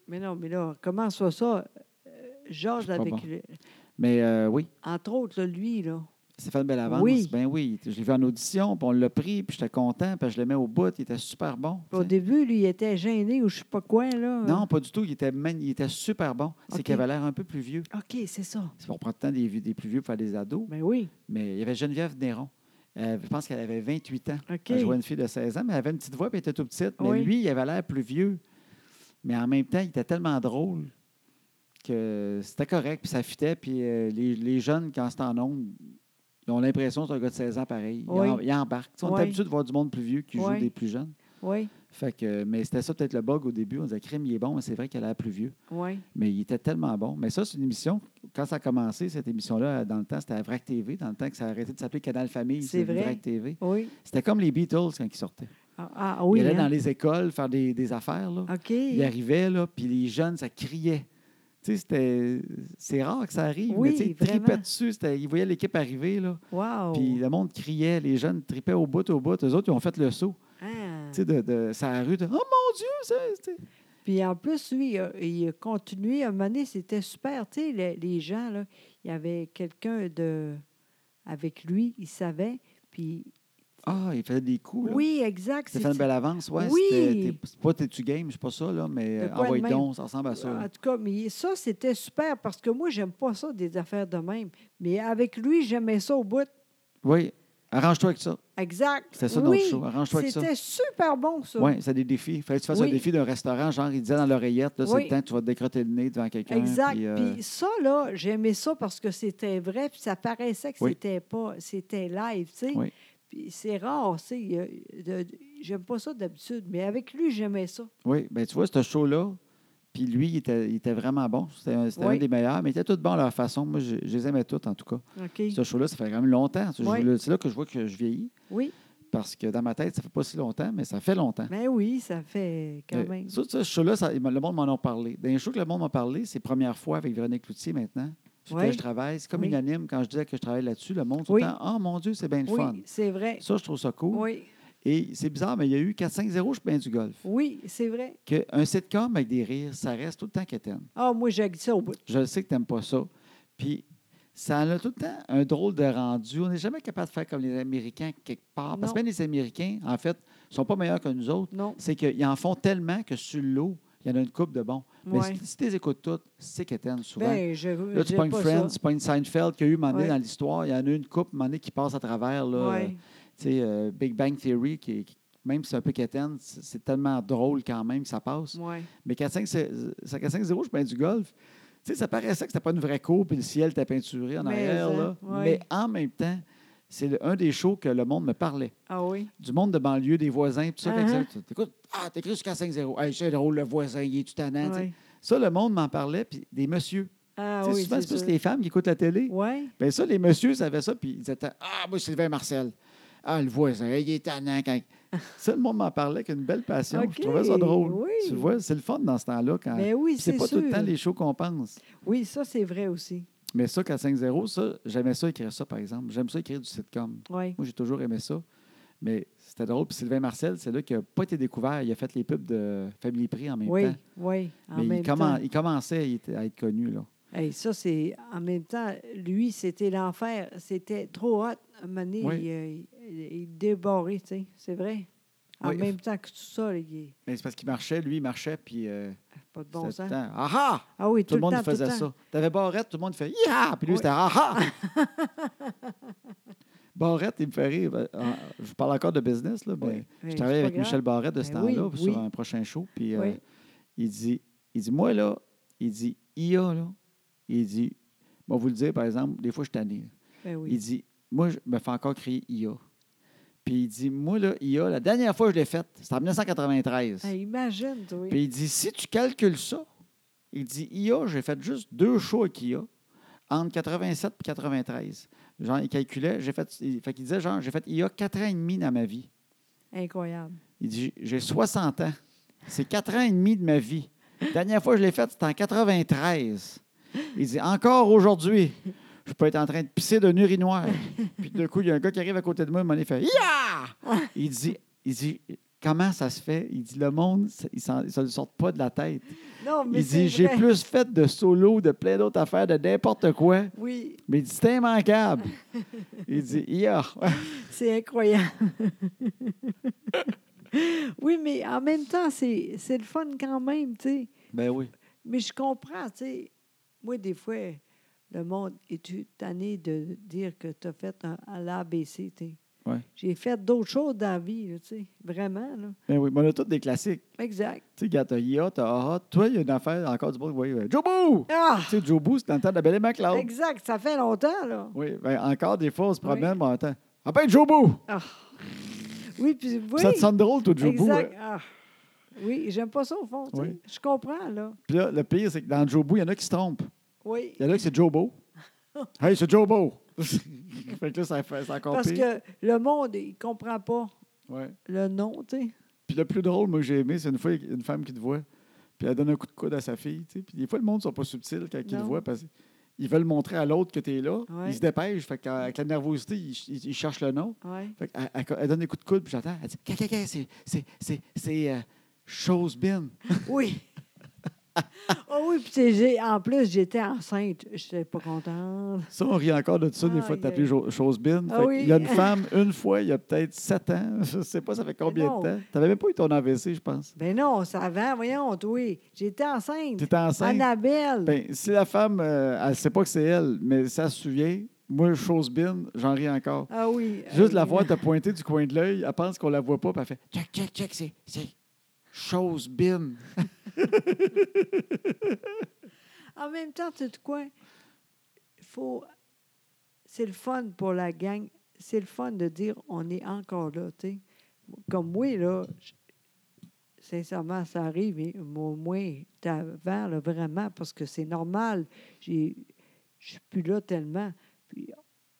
B: Mais non, mais là, comment soit ça? Euh,
A: C'est
B: Georges
A: pas
B: avec,
A: bon.
B: le-
A: mais euh, oui,
B: entre autres, là, lui, là.
A: Stéphane Bellavance,
B: Oui.
A: ben oui, je l'ai vu en audition, puis on l'a pris, puis j'étais content, puis je l'aimais au bout, il était super bon.
B: Au
A: tu sais.
B: début, lui, il était gêné ou je sais pas quoi, là.
A: Non, pas du tout, il était, man- il était super bon. C'est
B: OK.
A: qu'il avait l'air un peu plus vieux.
B: OK, c'est ça.
A: C'est pour prendre le temps des, vieux- des plus vieux pour faire des ados,
B: Ben oui.
A: mais il y avait Geneviève Néron. Euh, je pense qu'elle avait 28 ans.
B: OK.
A: Elle jouait une fille de 16 ans, mais elle avait une petite voix, puis elle était tout petite. Mais
B: Oui.
A: lui, il avait l'air plus vieux. Mais en même temps, il était tellement drôle que c'était correct, puis ça fitait. Puis euh, les, les jeunes, quand c'est en ondes, ils ont l'impression que c'est un gars de 16 ans pareil. Ils,
B: Oui.
A: en- ils embarquent. Tu sais, on
B: Oui.
A: est habitué de voir du monde plus vieux qui
B: Oui.
A: joue des plus jeunes.
B: Oui,
A: Fait que, mais c'était ça peut-être le bug au début. On disait, crème, il est bon, mais c'est vrai qu'il a l'air plus vieux.
B: oui.
A: Mais il était tellement bon. Mais ça, c'est une émission. Quand ça a commencé, cette émission-là, dans le temps, c'était à VRAC TV, dans le temps que ça a arrêté de s'appeler Canal Famille. c'est
B: C'est
A: devenu
B: vrai.
A: VRAC TV.
B: Oui.
A: C'était comme les Beatles quand ils sortaient.
B: Ah, ah, oui.
A: ils allaient
B: hein. Ah
A: dans les écoles faire des, des affaires. Là.
B: OK.
A: Ils arrivaient, là, puis les jeunes, ça criait. Tu sais, c'était- c'est rare que ça arrive.
B: Oui,
A: mais tu sais, ils
B: vraiment. Oh.
A: tripaient dessus. C'était- Ils voyaient l'équipe arriver, là,
B: Wow.
A: puis le monde criait. Les jeunes tripaient au bout, au bout. Eux autres, ils ont fait le saut.
B: Ah.
A: Tu sais, de, de, sur la rue, de « Oh mon Dieu! ça! » tu sais.
B: Puis en plus, lui, il a, il a continué. À un moment donné, c'était super. Tu sais, les, les gens, là, il y avait quelqu'un de avec lui, il savait. Puis
A: Ah, ils faisaient des coups, là.
B: oui, exact. c'est-
A: Stéphane Bellavance, ouais,
B: Oui!
A: c'était- t'es- c'est pas T'es-tu game, je sais pas ça, là, mais
B: De
A: euh,
B: quoi de
A: envoie
B: même? Ah.
A: donc, ça ressemble à ça. là.
B: En tout cas, mais ça, c'était super parce que moi, j'aime pas ça, des affaires de même. Mais avec lui, j'aimais ça au bout.
A: Oui, arrange-toi avec ça.
B: Exact.
A: C'était ça dans le
B: oui,
A: show, arrange-toi avec ça.
B: C'était super bon, ça.
A: Oui, c'est des défis. Il fallait que tu fasses
B: Oui.
A: un défi d'un restaurant, genre, il disait dans l'oreillette, là, c'est
B: Oui.
A: le temps que tu vas te décrotter le nez devant quelqu'un.
B: Exact.
A: puis,
B: Puis,
A: euh,
B: ça, là, j'aimais ça parce que c'était vrai, puis ça paraissait que
A: Oui.
B: c'était pas, c'était live, tu sais.
A: Oui.
B: Puis c'est rare, tu sais. euh, de- de- J'aime pas ça d'habitude, mais avec lui, j'aimais ça.
A: Oui, ben tu vois, ce show-là, puis lui, il était, il était vraiment bon. C'était un, c'était
B: Oui.
A: un des meilleurs, mais ils étaient tous bons à leur façon. Moi, je, je les aimais tous, en tout cas.
B: OK.
A: Ce show-là, ça fait quand même longtemps. Je-
B: Oui.
A: je- C'est là que je vois que je vieillis,
B: Oui.
A: parce que dans ma tête, ça fait pas si longtemps, mais ça fait longtemps.
B: Ben oui, ça fait quand
A: Euh,
B: même.
A: Ça, ça, ce show-là, ça- le monde m'en a parlé. Dans les shows que le monde m'a parlé, c'est première fois avec Véronique Loutier maintenant. Sur
B: Oui.
A: lequel je travaille. C'est comme
B: Oui.
A: unanime quand je disais que je travaille là-dessus. Le monde, tout
B: Oui.
A: le temps, oh mon Dieu, c'est bien le fun.
B: Oui, c'est vrai.
A: Ça, je trouve ça cool.
B: Oui,
A: Et c'est bizarre, mais il y a eu 4-5-0, je suis bien du golf.
B: oui, c'est vrai.
A: Que un sitcom avec des rires, ça reste tout le temps quétaine.
B: Ah, moi, j'ai dit ça au bout.
A: Je le sais que tu n'aimes pas ça. Puis, ça a tout le temps un drôle de rendu. On n'est jamais capable de faire comme les Américains quelque part. Parce que
B: Non.
A: même les Américains, en fait, ne sont pas meilleurs que nous autres.
B: Non.
A: c'est qu'ils en font tellement que sur l'eau, il y en a une coupe de bons. Mais
B: Ouais.
A: si, si tu les écoutes toutes, c'est qu'étaient souvent.
B: Ben, je.
A: là, tu
B: j'ai
A: pas une
B: pas
A: Friends,
B: ça.
A: tu pas une Seinfeld qu'il y a eu un moment donné
B: Ouais.
A: dans l'histoire. Il y en a une coupe, un moment donné, qui passe à travers. Là, euh,
B: Ouais.
A: tu sais, euh, Big Bang Theory, qui, est- qui- même si c'est un peu quétaine, c'est c'est tellement drôle quand même que ça passe.
B: Ouais.
A: Mais 4-5-0, je prends du golf. Tu sais, ça paraissait que c'était pas une vraie cour, puis le ciel était peinturé en
B: Mais,
A: arrière.
B: hein,
A: là.
B: ouais.
A: Mais en même temps, c'est le- un des shows que le monde me parlait
B: Ah oui.
A: du monde de banlieue, des voisins, tout ça.
B: Ah,
A: fait que ça,
B: hein?
A: tu- T'écoutes, ah, t'écris jusqu'à 5-0. Hey, c'est drôle, le voisin, il est tout tannant. Ben, tu sais.
B: Ouais.
A: Ça, le monde m'en parlait, puis des messieurs.
B: Ah
A: Tu sais,
B: oui.
A: souvent, c'est plus
B: sûr.
A: les femmes qui écoutent la télé.
B: Ouais.
A: Bien, Ben ça, les messieurs savaient ça, puis ils disaient, ah, moi, Sylvain Marcel. Ah, le voisin, il est tannant. Quand... ça, le monde m'en parlait avec une belle passion.
B: OK,
A: Je trouvais ça drôle.
B: oui.
A: Tu vois, c'est le fun dans ce temps-là. quand
B: Mais oui,
A: Puis c'est
B: c'est
A: pas tout le temps
B: sûr.
A: les shows qu'on pense.
B: Oui, ça, c'est vrai aussi.
A: Mais ça, 4-5-0, ça, j'aimais ça écrire ça, par exemple. J'aime ça écrire du sitcom.
B: Oui.
A: Moi, j'ai toujours aimé ça. Mais c'était drôle. Puis Sylvain Marcel, c'est là qu'il n'a pas été découvert. Il a fait les pubs de Family Prix en même
B: Oui,
A: temps.
B: oui. En
A: Mais
B: même
A: il, commen-
B: temps.
A: il commençait à être- à être connu. Là.
B: Hey, ça, c'est. En même temps, lui, c'était l'enfer. C'était trop hot. À un moment donné,
A: Oui.
B: il, euh, il- il débarrait, tu sais. C'est vrai. En
A: Oui.
B: même temps que tout ça, là, il est
A: Mais c'est parce qu'il marchait, lui, il marchait, puis euh,
B: pas de bon
A: c'était
B: sens.
A: tout le temps, Ah ah!
B: Ah oui,
A: Tout le monde
B: temps,
A: faisait
B: tout le temps.
A: ça. T'avais Barrette, tout le monde fait Yeah! Puis lui,
B: Oui.
A: c'était Ah ah! Barrette, il me fait rire. Ben, ah, Je vous parle encore de business, là, mais
B: Oui. Mais
A: Ben, je
B: c'est
A: travaille
B: pas
A: avec
B: grave.
A: Michel Barrette de ce
B: Ben oui,
A: temps-là
B: oui.
A: sur un prochain show. Puis euh,
B: Oui.
A: il dit, il dit, moi, là, il dit, IA, là, il dit, moi, vous le dire, par exemple, des fois, je suis tanné.
B: Ben
A: Il
B: oui.
A: dit, moi, je me fais encore créer IA. Puis il dit, moi, là, IA, la dernière fois que je l'ai faite, c'était en 1993.
B: Hey, imagine, toi.
A: Puis il dit, si tu calcules ça, il dit, IA, j'ai fait juste deux shows avec IA entre 87 et 93. Genre, il calculait, j'ai fait, il, fait qu'il disait, genre, j'ai fait IA quatre ans et demi dans ma vie.
B: Incroyable.
A: Il dit, j'ai 60 ans. C'est quatre ans et demi de ma vie. La dernière fois que je l'ai faite, c'était en 93. Il dit, encore aujourd'hui, je peux être en train de pisser d'un urinoir. Puis d'un coup, il y a un gars qui arrive à côté de moi, il m'en fait, Yeah! Il dit, il dit, Comment ça se fait? Il dit, le monde, ça- ils ne se le sortent pas de la tête.
B: Non, mais
A: Il
B: c'est
A: dit, j'ai
B: vrai.
A: plus fait de solo, de plein d'autres affaires, de n'importe quoi.
B: Oui,
A: Mais il dit, c'est immanquable. il dit, yeah.
B: c'est incroyable. oui, mais en même temps, c'est c'est le fun quand même, tu sais.
A: ben oui.
B: Mais je comprends, tu sais. Moi, des fois, le monde est tanné de dire que tu as fait un, un ABC, tu sais.
A: Ouais.
B: J'ai fait d'autres choses dans la vie, là, tu sais. Vraiment, là.
A: Ben oui. Mais on a tous des classiques.
B: Exact.
A: Tu sais, gars, t'as IA, t'as AHA. Toi, il y a une affaire encore du monde. Oui, euh, Jobo!
B: Ah!
A: Tu sais, Jobo, c'est dans le temps de la belle et MacLeod.
B: Exact, ça fait longtemps, là.
A: Oui, ben, encore des fois, on se promène, bon, attends. Ah ben, Jobo!
B: Ah. Oui, puis oui.
A: Ça te sonne drôle, toi, Jobo.
B: exact.
A: hein?
B: Ah. Oui, j'aime pas ça au fond. tu sais.
A: Oui.
B: Je comprends, là.
A: Puis là, le pire, c'est que dans Jobo, il y en a qui se trompent.
B: Oui.
A: Il y en a qui c'est Jobo. hey, c'est Jobo! fait que là, ça fait ça encore
B: Parce
A: pire.
B: que le monde, il comprend pas
A: Ouais.
B: le nom, tu sais.
A: Puis le plus drôle, moi, que j'ai aimé, c'est une fois, il y a une femme qui te voit, puis elle donne un coup de coude à sa fille. tu sais. Puis des fois, le monde ne sont pas subtils quand ils le
B: Non.
A: voient parce qu'ils veulent montrer à l'autre que tu es là.
B: Ouais.
A: Ils se dépêchent. Fait qu'avec la nervosité, ils, ch- ils- ils cherchent le nom.
B: Ouais.
A: Fait qu'elle- elle, elle donne un coup de coude, puis j'entends. Elle dit Qu'est- qu'est- qu'est- c'est- c'est- C'est. C'est. euh, chose bin.
B: Oui. oh oui, puis c'est- j'ai- en plus, j'étais enceinte. Je n'étais pas contente.
A: Ça, on rit encore de ça, des
B: Aïe,
A: fois, de
B: aïe.
A: t'appeler Jo- chose bin.
B: Ah
A: Fait
B: oui.
A: Il y a une femme, une fois, il y a peut-être sept ans, je sais pas, ça fait combien
B: non.
A: de temps. Tu même pas eu ton AVC, je pense.
B: Ben non, ça avant, voyons, oui. J'étais enceinte.
A: Tu étais enceinte.
B: Annabelle.
A: Ben, si la femme, euh, elle ne sait pas que c'est elle, mais ça se souvient, moi, chose bin, j'en ris encore.
B: ah oui.
A: Juste
B: euh,
A: la voir te pointer du coin de l'œil, elle pense qu'on la voit pas, puis elle fait check, check, check, c'est, c'est chose bin.
B: En même temps, tu sais de quoi? Faut... C'est le fun pour la gang. C'est le fun de dire on est encore là. tu sais. Comme moi, là, je- sincèrement, ça arrive, mais au moins avant, là, vraiment, parce que c'est normal. J'ai- Je suis plus là tellement. Puis,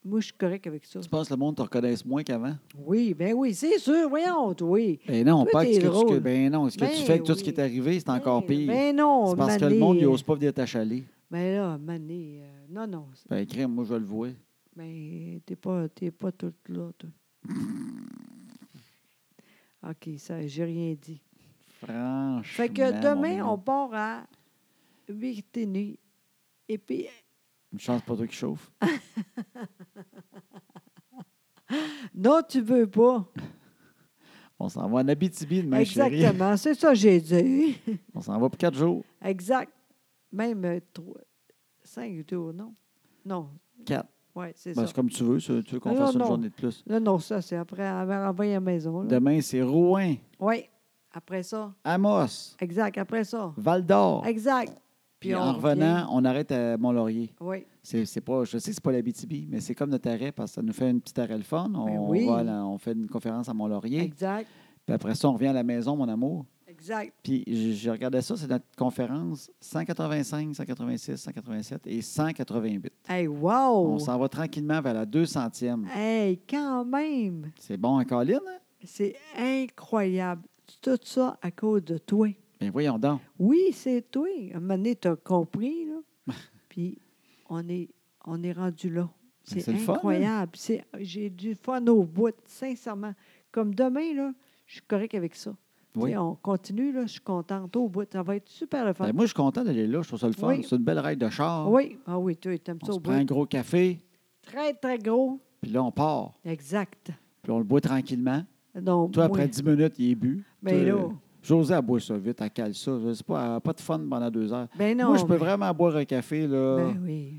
B: moi, je suis correct avec ça.
A: Tu penses que le monde te reconnaisse moins qu'avant?
B: Oui, ben oui, c'est sûr, voyons, oui.
A: Ben non,
B: Toi,
A: pas que
B: t'es
A: ce que tu-
B: drôle.
A: que- ben non, ce que tu
B: Ben
A: fais avec tout ce qui
B: oui.
A: est arrivé, c'est encore
B: Ben,
A: pire.
B: Ben non,
A: c'est parce que le monde, il n'ose pas venir t'achaler.
B: Mais là, Mané, euh, non, non, c'est-
A: Ben, crème, moi, je le vois.
B: Mais t'es pas, t'es pas tout là, toi. OK, ça, j'ai rien dit.
A: Franchement.
B: Fait que
A: mon
B: demain,
A: minou.
B: on part à 8 et nuit. Et puis,
A: Une chance pour toi qui chauffe.
B: non, tu veux pas.
A: On s'en va en Abitibi demain, chérie.
B: Exactement, c'est ça que j'ai dit.
A: On s'en va pour quatre jours.
B: Exact. Même euh, trois, cinq jours, non? Non,
A: Quatre.
B: oui, c'est
A: Ben,
B: ça.
A: c'est comme tu veux, ça. tu veux qu'on
B: Non,
A: fasse une
B: non.
A: journée de plus.
B: Non, non, ça, c'est après avoir envoyé à la maison.
A: Mm. Demain, c'est Rouen,
B: Oui, après ça.
A: Amos,
B: Exact, après ça.
A: Val d'Or.
B: Exact.
A: Puis en
B: revient.
A: revenant, on arrête à Mont-Laurier.
B: Oui,
A: C'est, c'est pas, je sais que c'est pas la BTB, mais c'est comme notre arrêt parce que ça nous fait une petite arrêt le fun.
B: Ben
A: On,
B: oui.
A: va à la- on fait une conférence à Mont-Laurier.
B: exact,
A: Puis après ça, on revient à la maison, mon amour.
B: exact.
A: Puis je, je regardais ça, c'est notre conférence 185, 186, 187 et 188.
B: Hey, wow!
A: On s'en va tranquillement vers la 200e.
B: Hey, quand même!
A: C'est bon, hein, Colin? hein?
B: C'est incroyable. Tout ça à cause de toi.
A: Ben voyons donc.
B: Oui, c'est toi. À un moment donné, tu as compris, là. Puis on est, on est rendu là. C'est
A: c'est le fun, hein?
B: incroyable. C'est- J'ai du fun au bout, sincèrement. Comme demain, là, je suis correct avec ça. Tu
A: Oui.
B: sais, On continue, là, je suis contente au bout. Ça va être super le fun.
A: Ben, moi, je suis content d'aller là. Je trouve ça le fun.
B: Oui.
A: C'est une belle ride de char.
B: oui, ah oui, toi, t'aimes
A: On
B: ça
A: se
B: au
A: prend un
B: bout.
A: gros café,
B: Très, très gros.
A: puis là, on part.
B: Exact.
A: Puis on le boit tranquillement.
B: Donc,
A: Toi,
B: moi-
A: après 10 minutes, euh, il est bu.
B: Ben
A: Toi,
B: là.
A: José, elle boit ça vite, elle cale ça. Je sais pas, elle a pas de fun pendant deux heures.
B: Ben non.
A: Moi, je peux
B: mais-
A: vraiment boire un café là,
B: Ben oui.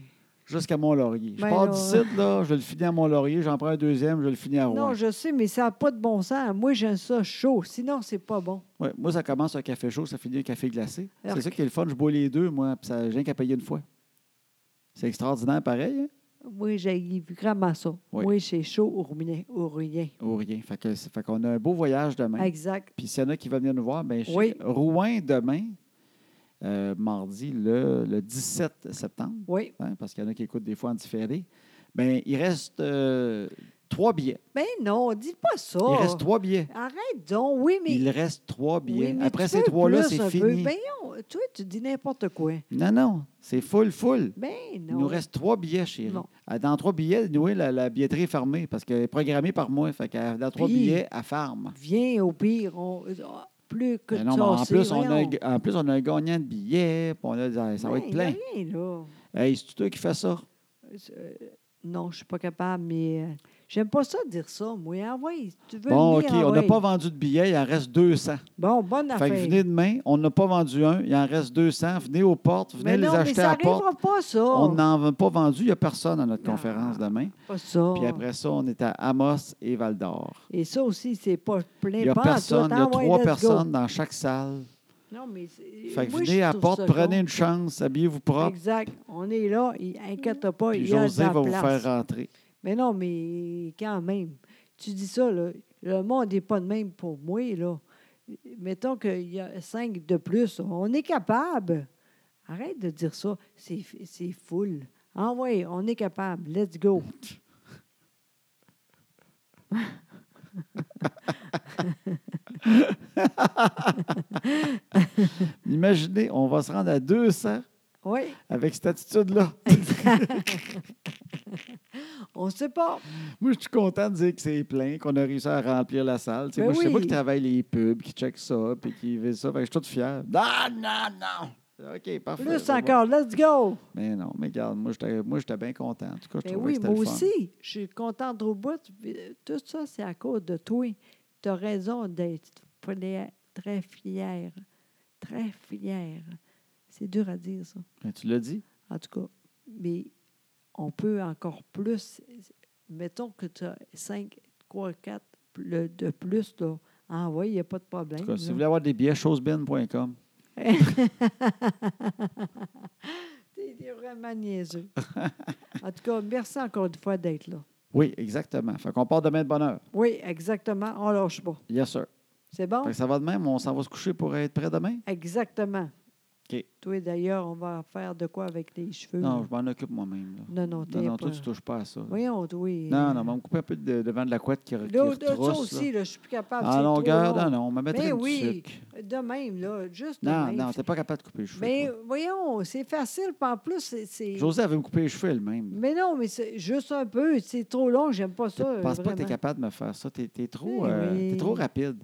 A: jusqu'à Mont-Laurier. Je
B: Ben
A: pars
B: là.
A: d'ici, là, je le finis à Mont-Laurier, j'en prends un deuxième, je le finis à Rouen.
B: Non, je sais, mais ça n'a pas de bon sens. Moi, j'aime ça chaud. Sinon, c'est pas bon.
A: Ouais, moi, ça commence un café chaud, ça finit un café glacé.
B: Arc.
A: C'est ça qui est le fun, je bois les deux, moi, puis ça j'ai rien qu'à payer une fois. C'est extraordinaire, pareil, hein?
B: Moi, j'ai vraiment ça.
A: Oui.
B: Moi, c'est chaud ou rien. Ou rien.
A: ou rien. Fait que- fait qu'on a un beau voyage demain.
B: Exact.
A: Puis s'il y en a qui veulent venir nous voir, ben, je-
B: Oui.
A: Rouen demain, euh, mardi le, le 17 septembre,
B: Oui.
A: hein, parce qu'il y en a qui écoutent des fois en différé. Ben, il reste euh, trois billets.
B: Ben non, dis pas ça.
A: Il reste trois billets.
B: Arrête donc. Oui, Oh. mais.
A: Il reste trois
B: oui,
A: billets.
B: mais
A: Après
B: tu
A: ces
B: veux
A: trois-là,
B: plus
A: c'est
B: un peu.
A: fini.
B: Ben non, toi, tu dis n'importe quoi.
A: Non, non, c'est full, full.
B: Ben
A: Il
B: non.
A: nous reste trois billets, chérie.
B: Non.
A: Ah, Dans trois billets, nous, la, la billetterie est fermée parce qu'elle est programmée par moi. Fait que dans trois
B: Puis-
A: billets, elle ferme.
B: Viens au pire. On... ah, Plus que
A: Mais Ben non,
B: ça,
A: mais en,
B: c'est
A: plus, on a, un
B: voyons.
A: g- en plus, on a un gagnant de billets. puis on a, ça va
B: Ben,
A: être
B: il y a
A: plein.
B: rien, là.
A: Hey, c'est toi qui fais ça.
B: Euh, Non, je suis pas capable, mais euh, j'aime pas ça de dire ça, moi. Envoie, si tu veux
A: Bon, OK,
B: venir, ah
A: on n'a
B: envoie.
A: pas vendu de billets, il en reste 200.
B: Bon, bonne
A: Fait
B: affaire.
A: que venez demain, on n'a pas vendu un, il en reste 200. Venez aux portes, venez
B: mais
A: les
B: non, mais
A: acheter
B: ça
A: à la porte.
B: n'arrivera pas, ça.
A: On n'en a pas vendu, il n'y a personne à notre
B: Non. Oh.
A: conférence demain.
B: Pas ça.
A: Puis après ça, on est à Amos et Val d'Or.
B: Et ça aussi, c'est pas plein.
A: Il n'y a
B: Pas en tout,
A: personne, il y a
B: envoie,
A: trois
B: let's go.
A: personnes dans chaque salle.
B: Non, mais c'est-
A: Fait que
B: moi, je
A: venez à la
B: trouve
A: porte,
B: ça
A: prenez
B: con.
A: une chance, habillez-vous propre,
B: Exact. On est là. il- Inquiète-toi pas.
A: puis
B: il y a de
A: José
B: la
A: va vous
B: place.
A: faire rentrer.
B: Mais non, mais quand même. Tu dis ça, là, le monde n'est pas de même pour moi. Là. Mettons qu'il y a cinq de plus. On est capable. Arrête de dire ça. C'est c'est full. Ah oui, on est capable. Let's go.
A: Imaginez, on va se rendre à 200
B: Oui,
A: avec cette attitude-là.
B: on ne sait pas.
A: Moi, je suis content de dire que c'est plein, qu'on a réussi à remplir la salle. Tu sais,
B: Ben
A: moi, je sais
B: oui.
A: pas qui travaille les pubs, qui check ça, puis qui vit ça. Fait que je suis tout fier. Non, non, non! OK, parfait.
B: Plus
A: c'est bon.
B: encore. Let's go.
A: Mais non, mais regarde, moi, j'étais moi, j'étais bien content. En tout cas, je
B: Ben
A: trouvais
B: oui,
A: que c'était
B: moi
A: le fun.
B: aussi. Je suis contente au bout. Puis, Tout ça, c'est à cause de toi. Tu as raison d'être flia- très fière. Très fière. C'est dur à dire, ça.
A: Mais Ben, tu l'as dit?
B: En tout cas, mais on peut encore plus. Mettons que tu as 5, 3, 4 de plus, là. Ah oui, il n'y a pas de
A: En
B: problème.
A: tout cas, si
B: là.
A: vous voulez avoir des billets, chosebin.com.
B: T'es t'es vraiment niaiseux. en tout cas, merci encore une fois d'être là.
A: Oui, exactement. Fait qu'on part demain de bonne heure.
B: Oui, exactement. Oh, On lâche pas.
A: Yes, sir.
B: C'est bon?
A: Fait que ça va de même, on s'en va se coucher pour être prêt demain?
B: Exactement.
A: OK.
B: Toi, d'ailleurs, on va faire de quoi avec les cheveux?
A: Non,
B: là?
A: je m'en occupe moi-même. là.
B: non, non, t'es
A: Non, non,
B: pas...
A: toi, tu touches pas à ça. là.
B: Voyons, toi.
A: Non, non, mais on va me couper un peu de, devant de la couette qui, qui
B: Là, là, ça
A: retrousse, là.
B: aussi, là, je suis plus capable.
A: En
B: Ah, c'est trop
A: longueur,
B: long.
A: Ah, non, non, on me mettrait
B: Mais
A: du
B: oui.
A: sucre.
B: De même, là, juste de
A: Non,
B: même.
A: non, t'es pas capable de couper les cheveux.
B: Mais
A: toi.
B: voyons, c'est facile, puis en plus, c'est... c'est-
A: José avait me couper les cheveux elle-même.
B: Mais non, mais c'est juste un peu, c'est trop long, j'aime pas
A: Je
B: ça.
A: pense pas que t'es
B: vraiment.
A: capable de me faire ça. T'es es trop,
B: Eh
A: euh,
B: oui.
A: t'es trop rapide.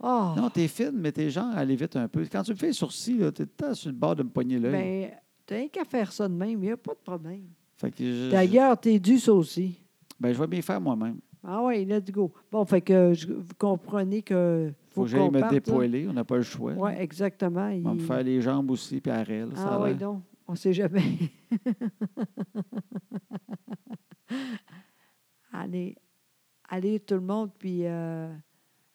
B: Ah,
A: Non, t'es fine, mais t'es genre à aller vite un peu. Quand tu me fais les sourcils, là, t'es tout le temps sur le bord de me poigner l'œil.
B: ben, t'as rien qu'à faire ça de même, il n'y a pas de problème.
A: Fait que je, je-
B: D'ailleurs, t'es dû ça aussi.
A: ben, je vais bien faire moi-même.
B: Ah oui, let's go. Bon, fait que je- vous comprenez que
A: Faut
B: faut
A: que j'aille
B: qu'on
A: me
B: parte.
A: dépoiler, on n'a pas le choix.
B: Oui, exactement.
A: On va me
B: il-
A: faire les jambes aussi, puis arrêt. là, ça
B: ah
A: a
B: oui,
A: l'air.
B: non, on sait jamais. allez, allez tout le monde, puis euh,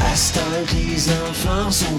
C: À ce temps que les enfants sont